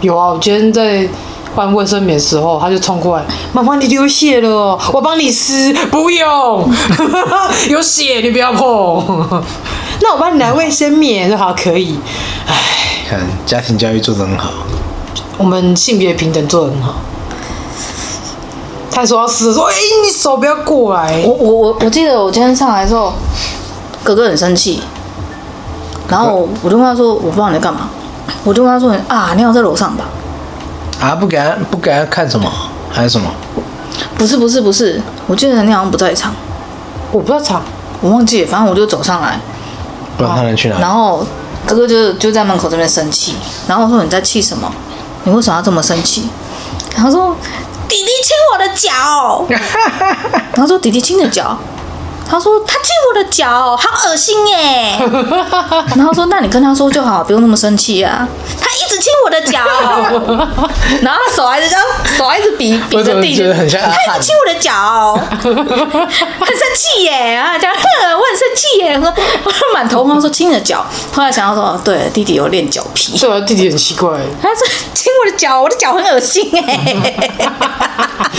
Speaker 3: 有啊，我今天在。换卫生棉的时候，他就冲过来，妈妈你流血了哦，我帮你撕，不用， [LAUGHS] 有血你不要碰。 [LAUGHS] 那我帮你拿卫生棉，好可以。
Speaker 2: 看嗯家庭教育做得很好，
Speaker 3: 我们性别平等做得很好。他还说要撕，说哎、你手不要过来
Speaker 4: 我。我我我记得我今天上来的时候，哥哥很生气，然后我我就问他说，我不知道你在干嘛，我就问他说啊，你好在楼上吧？
Speaker 2: 啊，不给他不给他看什么，还有什么？
Speaker 4: 不是不是不是，我记得你好像不在场，
Speaker 3: 我不知道场，
Speaker 4: 我忘记了，反正我就走上来，
Speaker 2: 不哦然他能去
Speaker 4: 然
Speaker 2: 哪？
Speaker 4: 后哥哥就就在门口这边生气，然后我说你在气什么？你为什么要这么生气？然后说弟弟亲我的脚，
Speaker 2: [LAUGHS]
Speaker 4: 然后说弟弟亲你的脚，他说他亲我的脚，好恶心耶。然后说那你跟他说就好，不用那么生气啊。他一直亲我的
Speaker 2: [LAUGHS]
Speaker 4: 脚，然后他手还是这样，手还是比比
Speaker 2: 我怎
Speaker 4: 着
Speaker 2: 么
Speaker 4: 地，
Speaker 2: 觉得很像阿
Speaker 4: 他一
Speaker 2: 汉
Speaker 4: 直亲我的脚，很生气耶啊！讲哼，我很生气耶，我我满头风说亲你的脚，后来想到说哦，对，弟弟有练脚皮。
Speaker 3: 对啊，弟弟很奇怪，
Speaker 4: 他说亲我的脚，我的脚很恶心哎！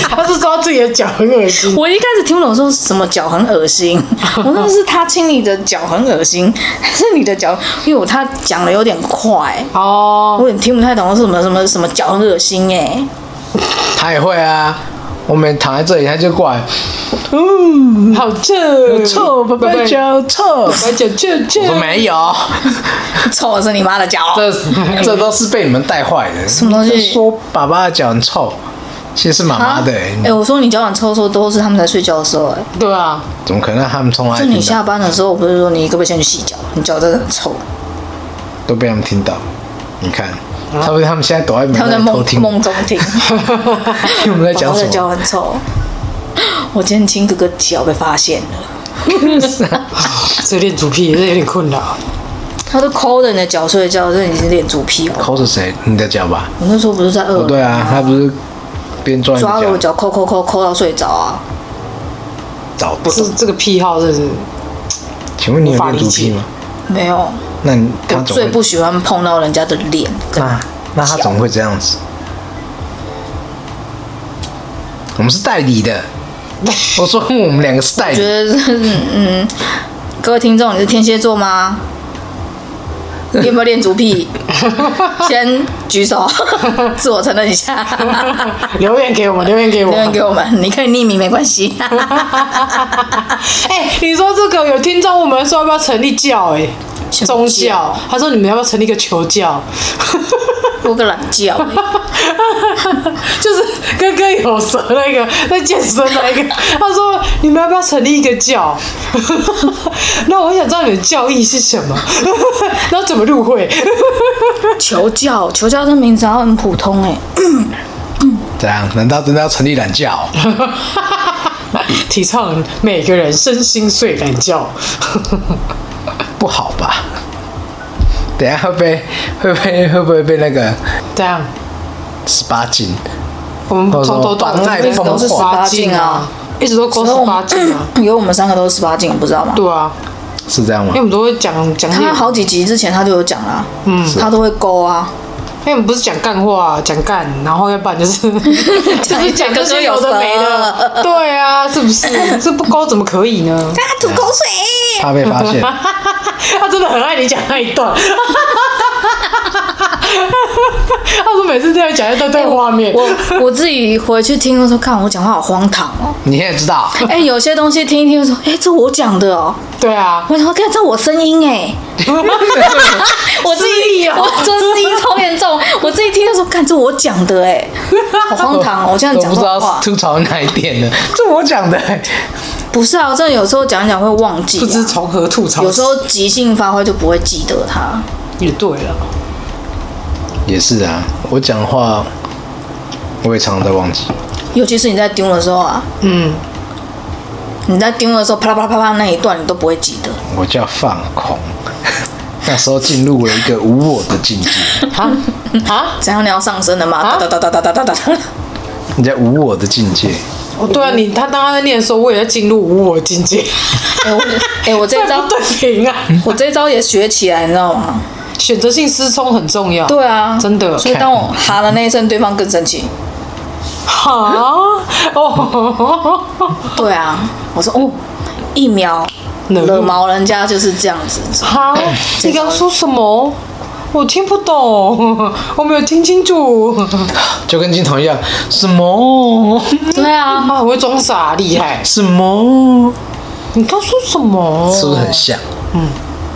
Speaker 3: 他是说他自己的脚很恶心。
Speaker 4: 我一开始听不懂说什么脚很恶心，我说是他亲你的脚很恶心，还是你的脚？因为我他讲的有点快，我
Speaker 3: 哦，
Speaker 4: 有点听不太懂是什么什么什么脚很恶心哎、
Speaker 2: 他也会啊，我们躺在这里，他就过来，
Speaker 3: 好嗯臭，
Speaker 2: 臭，拜拜脚，臭。
Speaker 3: 白脚舅舅
Speaker 2: 我，说没 [LAUGHS] 有，
Speaker 4: 臭的是你妈的脚，
Speaker 2: 这这都是被你们带坏的。什
Speaker 4: 么东西
Speaker 2: 说爸爸的脚很臭，其实是妈妈的、欸
Speaker 4: 哎、我说你脚掌臭臭都是他们在睡觉的时候、哎，
Speaker 3: 对
Speaker 4: [LAUGHS]
Speaker 3: 啊，
Speaker 2: 怎么可能让他们从来
Speaker 4: 就你
Speaker 2: 听
Speaker 4: 下
Speaker 2: 到？
Speaker 4: 班的时候，我不是说你可不可以先去洗脚？你脚真的很臭，
Speaker 2: 都被他们听到。你看，他啊们他们现在躲在
Speaker 4: 他
Speaker 2: 门
Speaker 4: 们
Speaker 2: 外偷
Speaker 4: 在梦
Speaker 2: 听，
Speaker 4: 梦中听。
Speaker 2: 听我 [LAUGHS] 们在讲
Speaker 4: 我
Speaker 2: 什
Speaker 4: 的
Speaker 2: 么？
Speaker 4: 脚很臭，我今天亲哥哥脚被发现了，啊
Speaker 3: [LAUGHS] 这有点主屁，这有点困扰。
Speaker 4: 他都抠着你的脚睡觉，这已经练猪屁哦。
Speaker 2: 口是谁？你的脚吧？
Speaker 4: 我那时候不是在
Speaker 2: 不
Speaker 4: 二
Speaker 2: 对
Speaker 4: 楼
Speaker 2: 啊，他不是边抓你
Speaker 4: 抓着我
Speaker 2: 的脚，
Speaker 4: 脚抠抠抠抠到睡着啊，
Speaker 2: 找不
Speaker 3: 不是这个癖好，
Speaker 4: [LAUGHS]
Speaker 3: 真是
Speaker 2: 请问你有
Speaker 3: 无法
Speaker 2: 练
Speaker 3: 理
Speaker 2: 足
Speaker 3: 解
Speaker 2: 癖吗？
Speaker 4: 没有，
Speaker 2: 那你他
Speaker 4: 我
Speaker 2: 怎
Speaker 4: 最
Speaker 2: 么
Speaker 4: 不
Speaker 2: 会？
Speaker 4: 喜欢碰到人家的脸跟
Speaker 2: 那那他怎么会这样子？我们是代理的，我说嗯我们两个是代
Speaker 4: 我
Speaker 2: 理
Speaker 4: 觉，得是嗯，各位听众，你是天蝎座吗？你有没有恋
Speaker 2: [LAUGHS]
Speaker 4: 足癖？先举手，自我承认一下，
Speaker 3: 留言给我们，留言给我
Speaker 4: 留
Speaker 3: 们
Speaker 4: 言。给我们， [LAUGHS] 你可以匿名没关系。 [LAUGHS]
Speaker 3: 哎、你说这个有听众我们说要不要成立教、哎，
Speaker 4: 求
Speaker 3: 宗教，他说你们要不要成立一个求教？ [LAUGHS]
Speaker 4: 我个懒觉，
Speaker 3: 就是跟哥有蛇那个在健身那一个，他说你们要不要成立一个教？ [LAUGHS] 那我很想知道你的教义是什么， [LAUGHS] 然后怎么入会？
Speaker 4: [LAUGHS] 求教，求教这名字好像很普通哎、
Speaker 2: 怎样？难道真的要成立懒觉哦？
Speaker 3: [LAUGHS] 提倡每个人身心睡懒觉，
Speaker 2: 不好吧？等一下会被会被会不会被那个
Speaker 3: [LAUGHS] 这样
Speaker 2: 十八禁？
Speaker 3: 我们从头到
Speaker 2: 绑带
Speaker 3: 尾
Speaker 2: 都是
Speaker 3: 十八禁啊，一直都勾十八禁
Speaker 4: [CLEARS THROAT]
Speaker 3: 啊，
Speaker 4: 有我们三个都是十八禁，你不知道吗？
Speaker 3: 对啊，
Speaker 2: 是这样吗
Speaker 3: 因为我？们都会讲讲那
Speaker 4: 他好几集之前他就有讲啦，嗯，他都会勾啊，
Speaker 3: 因为我们不是讲干话，啊讲干，然后要不然就是 [LAUGHS] 就是讲这些有的没的，对啊，是不是？这不高怎么可以呢？
Speaker 4: 他吐口水，
Speaker 2: 怕被发现，
Speaker 3: 他真的很爱你讲那一段。 [LAUGHS] 他说每次都要讲一段对画面，
Speaker 4: 我我自己回去听的时候，看我讲话好荒唐哦。
Speaker 2: 你也知道，
Speaker 4: 哎、有些东西听一听就说，哎、这我讲的哦，
Speaker 3: 对啊，
Speaker 4: 我想说，看这我声音哎，我自己
Speaker 3: 哦
Speaker 4: 我这声音超严重，我自己听的时候，看这我讲的哎，好荒唐哦，我这样
Speaker 2: 都
Speaker 4: 讲
Speaker 2: 不知
Speaker 4: 话
Speaker 2: 道吐槽哪一点呢？这我讲的、
Speaker 3: 欸
Speaker 4: 不是啊，这有时候讲一讲会忘记、啊，
Speaker 3: 不知从何吐槽。
Speaker 4: 有时候即兴发挥就不会记得它。
Speaker 3: 也对了，
Speaker 2: 也是啊。我讲话，我也常常在忘记。
Speaker 4: 尤其是你在丢的时候啊，
Speaker 3: 嗯，
Speaker 4: 你在丢的时候啪啦啪啦啪啦那一段你都不会记得。
Speaker 2: 我叫放空， [LAUGHS] 那时候进入了一个无我的境界。
Speaker 3: 啊
Speaker 4: 嗯
Speaker 3: 啊，
Speaker 4: 怎样你要上升了吗？哒哒哒哒哒哒哒哒。
Speaker 2: 你在无我的境界，
Speaker 3: 哦对
Speaker 4: 嗯
Speaker 3: 啊，你他当他在念的时候，我也在进入无我境
Speaker 4: [LAUGHS]
Speaker 3: 界，
Speaker 4: 哎我哎我这一
Speaker 3: 这
Speaker 4: 招嗯
Speaker 3: 不 [LAUGHS] 对平啊，
Speaker 4: 我这一招也学起来，你知道吗？
Speaker 3: 选择性失聪很重要。
Speaker 4: 对啊，
Speaker 3: 真的
Speaker 4: 所以当我哈的那一声，对方更生气。
Speaker 3: 好哦， [LAUGHS]
Speaker 4: 对啊，我说哦，一秒
Speaker 3: 冷
Speaker 4: 惹毛人家就是这样子。
Speaker 3: 好，
Speaker 4: 嗯
Speaker 3: 你刚说什么？我听不懂，我没有听清楚。
Speaker 2: 就跟金童一样，什么
Speaker 4: 对啊，
Speaker 3: 啊，我会装傻，厉害！
Speaker 2: 什么，
Speaker 3: 你刚说什么？
Speaker 2: 是不是很像？嗯，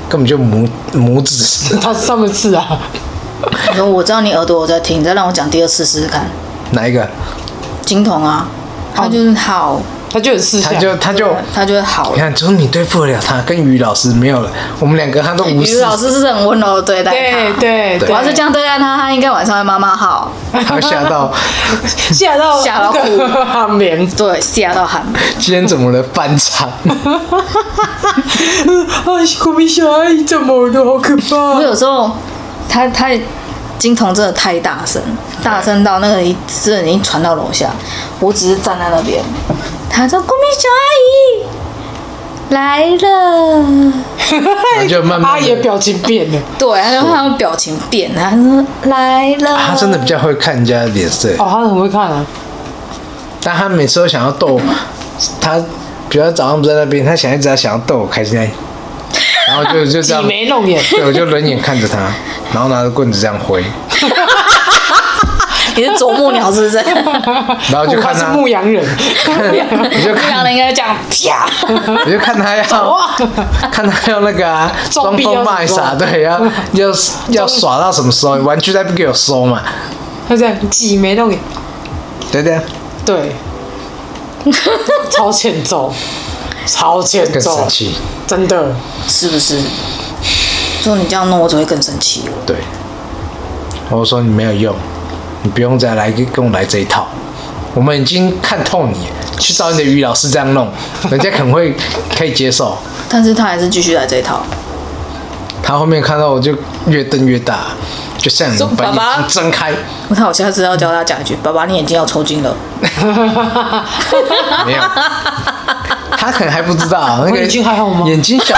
Speaker 2: 根本就母母子
Speaker 3: 他上面是啊，
Speaker 4: 你说我知道你耳朵我在听，你再让我讲第二次试试看。
Speaker 2: 哪一个？
Speaker 4: 金童啊，他就是好，
Speaker 3: 他就很识相
Speaker 2: 他。就他就，
Speaker 4: 他就会好
Speaker 2: 你。看，就是你对付得了他，跟于老师没有了，我们两个他都无
Speaker 4: 于
Speaker 2: 视，
Speaker 4: 老师是很温柔的对待
Speaker 3: 对
Speaker 4: 他。
Speaker 3: 对
Speaker 2: 对
Speaker 3: 对，
Speaker 4: 我要是这样对待他，他应该晚上会妈妈好，
Speaker 2: 他吓到，
Speaker 3: 吓到
Speaker 4: 吓到哭
Speaker 3: [LAUGHS] 阿棉
Speaker 4: 对，吓到喊。
Speaker 2: 今天怎
Speaker 4: [LAUGHS]
Speaker 2: 么了？翻唱，
Speaker 3: 啊，小米小阿姨怎么了？好可
Speaker 4: 我
Speaker 3: 怕！
Speaker 4: 有时候他他金童真的太大声，大声到那个一真的已经传到楼下，我只是站在那边，他说：“国民小阿姨来了。”
Speaker 2: 然后就慢
Speaker 3: 阿
Speaker 2: 慢
Speaker 3: 姨
Speaker 2: 地
Speaker 3: 的，表情变了。
Speaker 4: 对，他就他表情变，他说来了。
Speaker 2: 啊他真的比较会看人家的脸色，
Speaker 3: 哦，他很会看啊，
Speaker 2: 但他每次都想要逗他，比如他早上不在那边，他想一直在想要逗我开心，然后就就这
Speaker 3: 挤
Speaker 2: 样，
Speaker 3: 眉弄眼。
Speaker 2: 对，我就冷眼看着他，然后拿着棍子这样挥。
Speaker 4: 你是啄木鸟是不是？
Speaker 2: 然后就
Speaker 3: 他
Speaker 2: 看
Speaker 3: 是
Speaker 2: 他，
Speaker 3: 牧羊人，
Speaker 2: [LAUGHS] 你就
Speaker 4: [LAUGHS] 牧羊
Speaker 2: 看，
Speaker 4: 人应该讲
Speaker 2: [LAUGHS]
Speaker 4: 啪，
Speaker 2: 你就看
Speaker 3: [LAUGHS]
Speaker 2: 他要，看他要那个啊，
Speaker 3: 啊装
Speaker 2: 装
Speaker 3: 逼
Speaker 2: 疯卖
Speaker 3: 要
Speaker 2: 傻，
Speaker 3: 怎么
Speaker 2: 对，要要要耍到什么时候？玩具再不给我收嘛，
Speaker 3: 他这样挤眉弄眼，
Speaker 2: 对不对？
Speaker 3: 对，超欠揍，超欠
Speaker 2: 更
Speaker 3: 揍
Speaker 2: 生，气，
Speaker 3: 真的。
Speaker 4: 是不是？说你这样弄我只会更生气。
Speaker 2: 对。我说你没有用，你不用再来跟我来这一套，我们已经看透你了，去找你的于老师这样
Speaker 3: [LAUGHS]
Speaker 2: 弄，人家可能会可以接受。
Speaker 4: 但是他还是继续来这一套。
Speaker 2: 他后面看到我就越瞪越大，就像你
Speaker 4: 说
Speaker 2: 把眼
Speaker 4: 爸爸
Speaker 2: 睛睁开，
Speaker 4: 那我下次要教他讲一句：“爸爸，你眼睛要抽筋了。
Speaker 3: [LAUGHS]
Speaker 2: 没有，他可能还不知道那个
Speaker 3: 眼睛还好吗
Speaker 2: 眼睛小，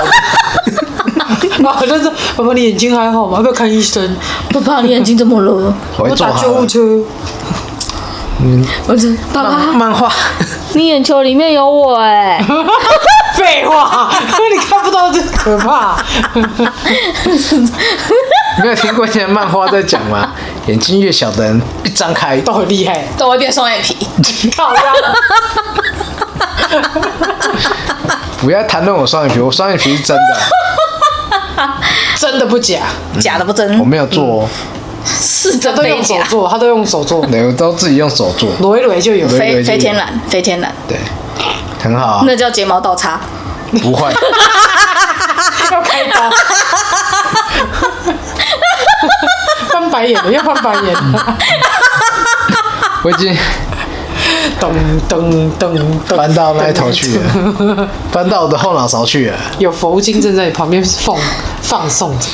Speaker 3: 然后哦就是爸爸，你眼睛还好吗？要不要看医生？”
Speaker 4: 爸爸，你眼睛怎么了？
Speaker 2: 我会哎
Speaker 3: [LAUGHS] 我
Speaker 2: 做
Speaker 3: 打
Speaker 2: 好
Speaker 3: 救护
Speaker 2: 了嗯
Speaker 3: 车。
Speaker 4: 我这爸
Speaker 2: 漫
Speaker 4: 爸，
Speaker 2: 漫画，
Speaker 4: 你眼球里面有我哎、
Speaker 3: [LAUGHS] 废话， [LAUGHS] 你看不到这可怕。
Speaker 2: 你没有听过以前漫画在讲吗？眼睛越小的人一张开，
Speaker 3: 都很厉害，
Speaker 4: 都会变双眼皮。
Speaker 3: 靠呀！
Speaker 2: 不要谈论我双眼皮，我双眼皮是真的，
Speaker 3: 真的不假，
Speaker 4: 假的不
Speaker 2: 我
Speaker 4: 真，
Speaker 2: 没有做
Speaker 3: [LAUGHS]
Speaker 2: 哦，
Speaker 4: 是
Speaker 3: 他
Speaker 4: 真
Speaker 3: 都
Speaker 4: 非
Speaker 3: 用手
Speaker 4: 假。
Speaker 3: 做，他都用手做，
Speaker 2: 对，我都自己用手做，
Speaker 3: 挪一挪就有。
Speaker 2: 对
Speaker 4: 飞
Speaker 2: 对
Speaker 4: 飞天蓝，飞天蓝，
Speaker 2: 对，很好啊，
Speaker 4: 那叫睫毛倒插。
Speaker 2: 不
Speaker 3: [LAUGHS]
Speaker 2: 会，
Speaker 3: 要开刀， [LAUGHS] 翻白眼了，要翻白眼了，
Speaker 2: 我已经
Speaker 3: 噔噔噔噔，
Speaker 2: 翻到那一头去了，
Speaker 3: [LAUGHS]
Speaker 2: 翻到我的后脑勺去了，
Speaker 3: 有佛经正在旁边放放送着，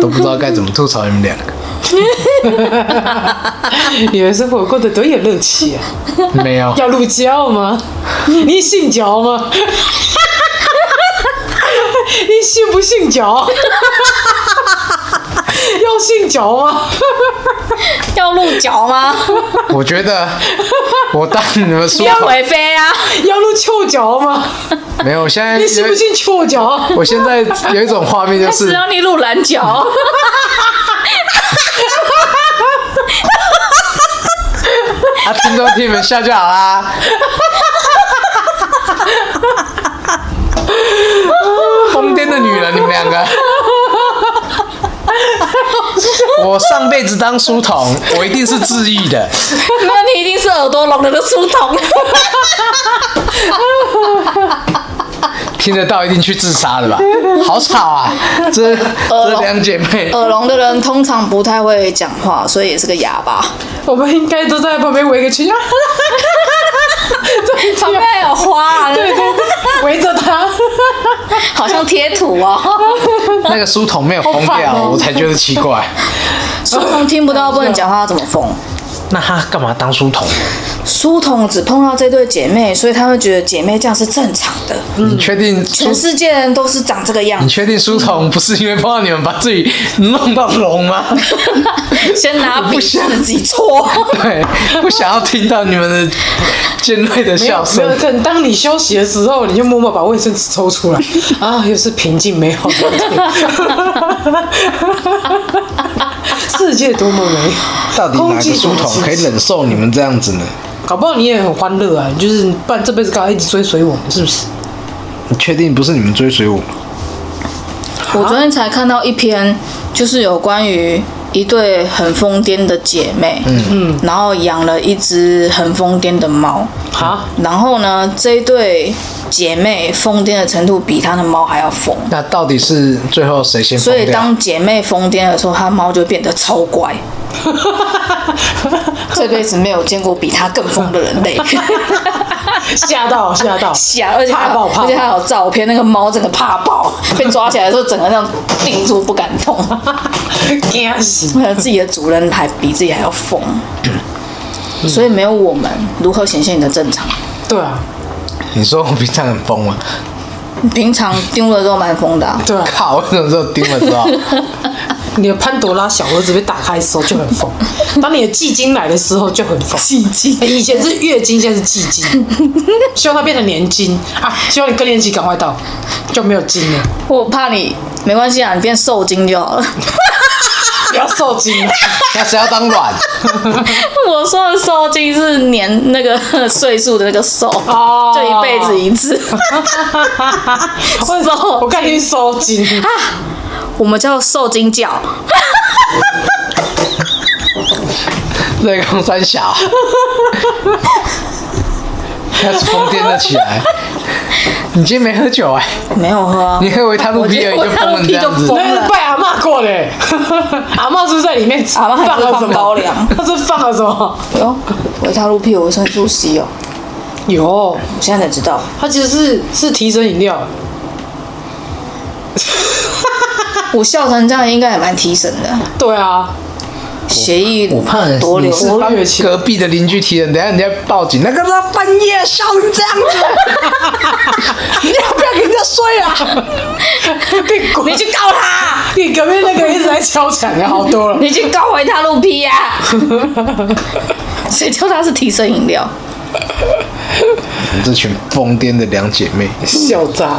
Speaker 2: 都不知道该怎么吐槽你们两个。
Speaker 3: 你们生活过得多有乐趣啊！
Speaker 2: 没有，
Speaker 3: [LAUGHS] [LAUGHS] 要入教
Speaker 2: [LAUGHS]
Speaker 3: 吗？你信教吗？你信不
Speaker 2: [LAUGHS]
Speaker 3: 信教？要信教吗？
Speaker 4: 要露脚吗？
Speaker 2: 我觉得我当你们说
Speaker 4: [LAUGHS] 要回飞啊！
Speaker 3: 要入臭脚吗？
Speaker 2: 没有，我现在
Speaker 3: 你信不信臭脚？
Speaker 2: 我现在有一种画面就
Speaker 3: [LAUGHS]
Speaker 4: 只
Speaker 2: 是
Speaker 4: 要你露蓝脚，
Speaker 2: 啊，听众听你们笑就好
Speaker 3: [LAUGHS]
Speaker 2: 啦。疯癫的女人，你们两
Speaker 3: [LAUGHS]
Speaker 2: 个。我上辈子当书童，我一定是自愈的。
Speaker 4: [LAUGHS] 那你一定是耳朵聋了的书童。
Speaker 2: 听得到一定去自杀了吧？ [LAUGHS] 好吵啊！这这两姐妹，
Speaker 4: 耳聋的人通常不太会讲话，所以也是个哑巴。
Speaker 3: 我们应该都在旁边围个
Speaker 2: [LAUGHS]
Speaker 3: 圈，
Speaker 4: 旁边有花、啊，
Speaker 3: 对对，围着他，
Speaker 4: 好像贴图 [LAUGHS] 哦。
Speaker 2: [LAUGHS] 那个书童没有疯
Speaker 3: 好
Speaker 2: 掉，
Speaker 3: 烦哦
Speaker 2: 我才觉得奇怪。
Speaker 4: 书童听不到不能讲话，怎么疯？
Speaker 2: 那他干嘛当书童？
Speaker 4: 书童只碰到这对姐妹，所以他会觉得姐妹这样是正常的。
Speaker 2: 嗯你确定书
Speaker 4: 全世界人都是长这个样
Speaker 2: 你
Speaker 4: 子，
Speaker 2: 确定书童不是因为碰到你们把自己弄到聋吗？
Speaker 4: 先拿笔自己戳。
Speaker 2: 对，不想要听到你们的尖锐的
Speaker 3: 没
Speaker 2: 笑
Speaker 3: 有没有
Speaker 2: 声。
Speaker 3: 等当你休息的时候，你就默默把卫生纸
Speaker 2: [LAUGHS]
Speaker 3: 抽出来啊，又是平静美好的一天，世界多么美
Speaker 2: 到
Speaker 3: 好，
Speaker 2: 底哪个书童可以忍受你们这样子呢？
Speaker 3: 搞不好你也很欢乐啊，就是不然这辈子刚好一直追随我们，是不是？
Speaker 2: 你确定不是你们追随我吗？
Speaker 4: 我昨天才看到一篇，就是有关于一对很疯癫的姐妹，嗯，然后养了一只很疯癫的猫， [LAUGHS]
Speaker 3: 啊，
Speaker 4: 然后呢，这一对姐妹疯癫的程度比她的猫还要疯，
Speaker 2: 那到底是最后谁先
Speaker 4: 所
Speaker 2: 疯
Speaker 4: 以
Speaker 2: 掉？
Speaker 4: 当姐妹疯癫的时候，她猫就变得超
Speaker 3: [LAUGHS]
Speaker 4: 乖。这辈子没有见过比她更疯
Speaker 3: [LAUGHS]
Speaker 4: 的人类，
Speaker 3: 吓到吓到，
Speaker 4: 吓！而且还
Speaker 3: 怕
Speaker 4: 有
Speaker 3: 爆怕
Speaker 4: 而且还
Speaker 3: 爆，
Speaker 4: 有照片，那个猫真的怕爆，被抓起来的时候整个那样定住不敢动。
Speaker 3: 惊死！
Speaker 4: 为了 [LAUGHS] 自己的主人还比自己还要疯，
Speaker 3: 嗯
Speaker 4: 所以没有我们如何显现你的正常？
Speaker 3: 对啊，
Speaker 2: 你说我平常很疯吗？
Speaker 4: 你平常丢了都蛮疯的、啊，
Speaker 3: 对啊，
Speaker 2: 靠，为什么说盯了之后？
Speaker 3: 你的潘多拉小盒子被打开的时候就很
Speaker 4: [LAUGHS]
Speaker 3: 疯，当你的季经来的时候就很疯。季经、以前是月经，现在是季
Speaker 4: [LAUGHS]
Speaker 3: 经，希望它变成年经啊！希望你更年期赶快到，就没有经了。
Speaker 4: 我怕你没关系啊，你变受精就好了。
Speaker 3: 不要受惊。
Speaker 2: 那谁要当卵？
Speaker 4: [LAUGHS] 我说的受精是年那个岁数的那个寿，
Speaker 3: 哦
Speaker 4: 就一辈子一
Speaker 3: [LAUGHS]
Speaker 4: 次。
Speaker 3: 我
Speaker 4: 受，
Speaker 3: 看你受惊，
Speaker 4: 啊我们叫受精教，
Speaker 2: 瑞公三 [LAUGHS] 小，开始疯癫了起来。你今天没喝酒哎、
Speaker 4: 没有喝啊。
Speaker 2: 你喝维他露
Speaker 4: 我
Speaker 2: P
Speaker 4: 觉
Speaker 2: 而已
Speaker 4: 得
Speaker 2: 就
Speaker 4: 维他
Speaker 2: 疯
Speaker 4: 露
Speaker 2: 成
Speaker 4: P
Speaker 2: 这
Speaker 4: 就
Speaker 2: 样子
Speaker 4: 疯，
Speaker 3: 那是拜阿嬷过的。 [LAUGHS] 阿嬷是不是在里面
Speaker 4: 阿嬷还
Speaker 3: 放
Speaker 4: 不是
Speaker 3: 了什
Speaker 4: 放
Speaker 3: 么
Speaker 4: 高粱
Speaker 3: 她是放了什么？
Speaker 4: 哟，维他露 P 哦有维生素 C 哦，
Speaker 3: 有，
Speaker 4: 我现在才知道。
Speaker 3: 它其实是是提神饮料。
Speaker 4: 我笑成这样应该也蛮提神的，
Speaker 3: 对啊，
Speaker 4: 血液
Speaker 2: 我怕你
Speaker 4: 多流
Speaker 2: 是
Speaker 3: 我
Speaker 2: 帮
Speaker 3: 以为其
Speaker 2: 隔壁的邻居提人，等一下人家报警，那个他半夜笑成这样子，你要不要给人家睡啊？
Speaker 3: 被滚
Speaker 4: [LAUGHS] 你去告他，
Speaker 3: [LAUGHS] 你隔壁那个一直在敲墙的好多了。
Speaker 4: 你去告维他露 P 呀、啊！谁叫它是提神饮料？
Speaker 2: 你 [LAUGHS] 这群疯癫的两姐妹，
Speaker 3: 笑炸！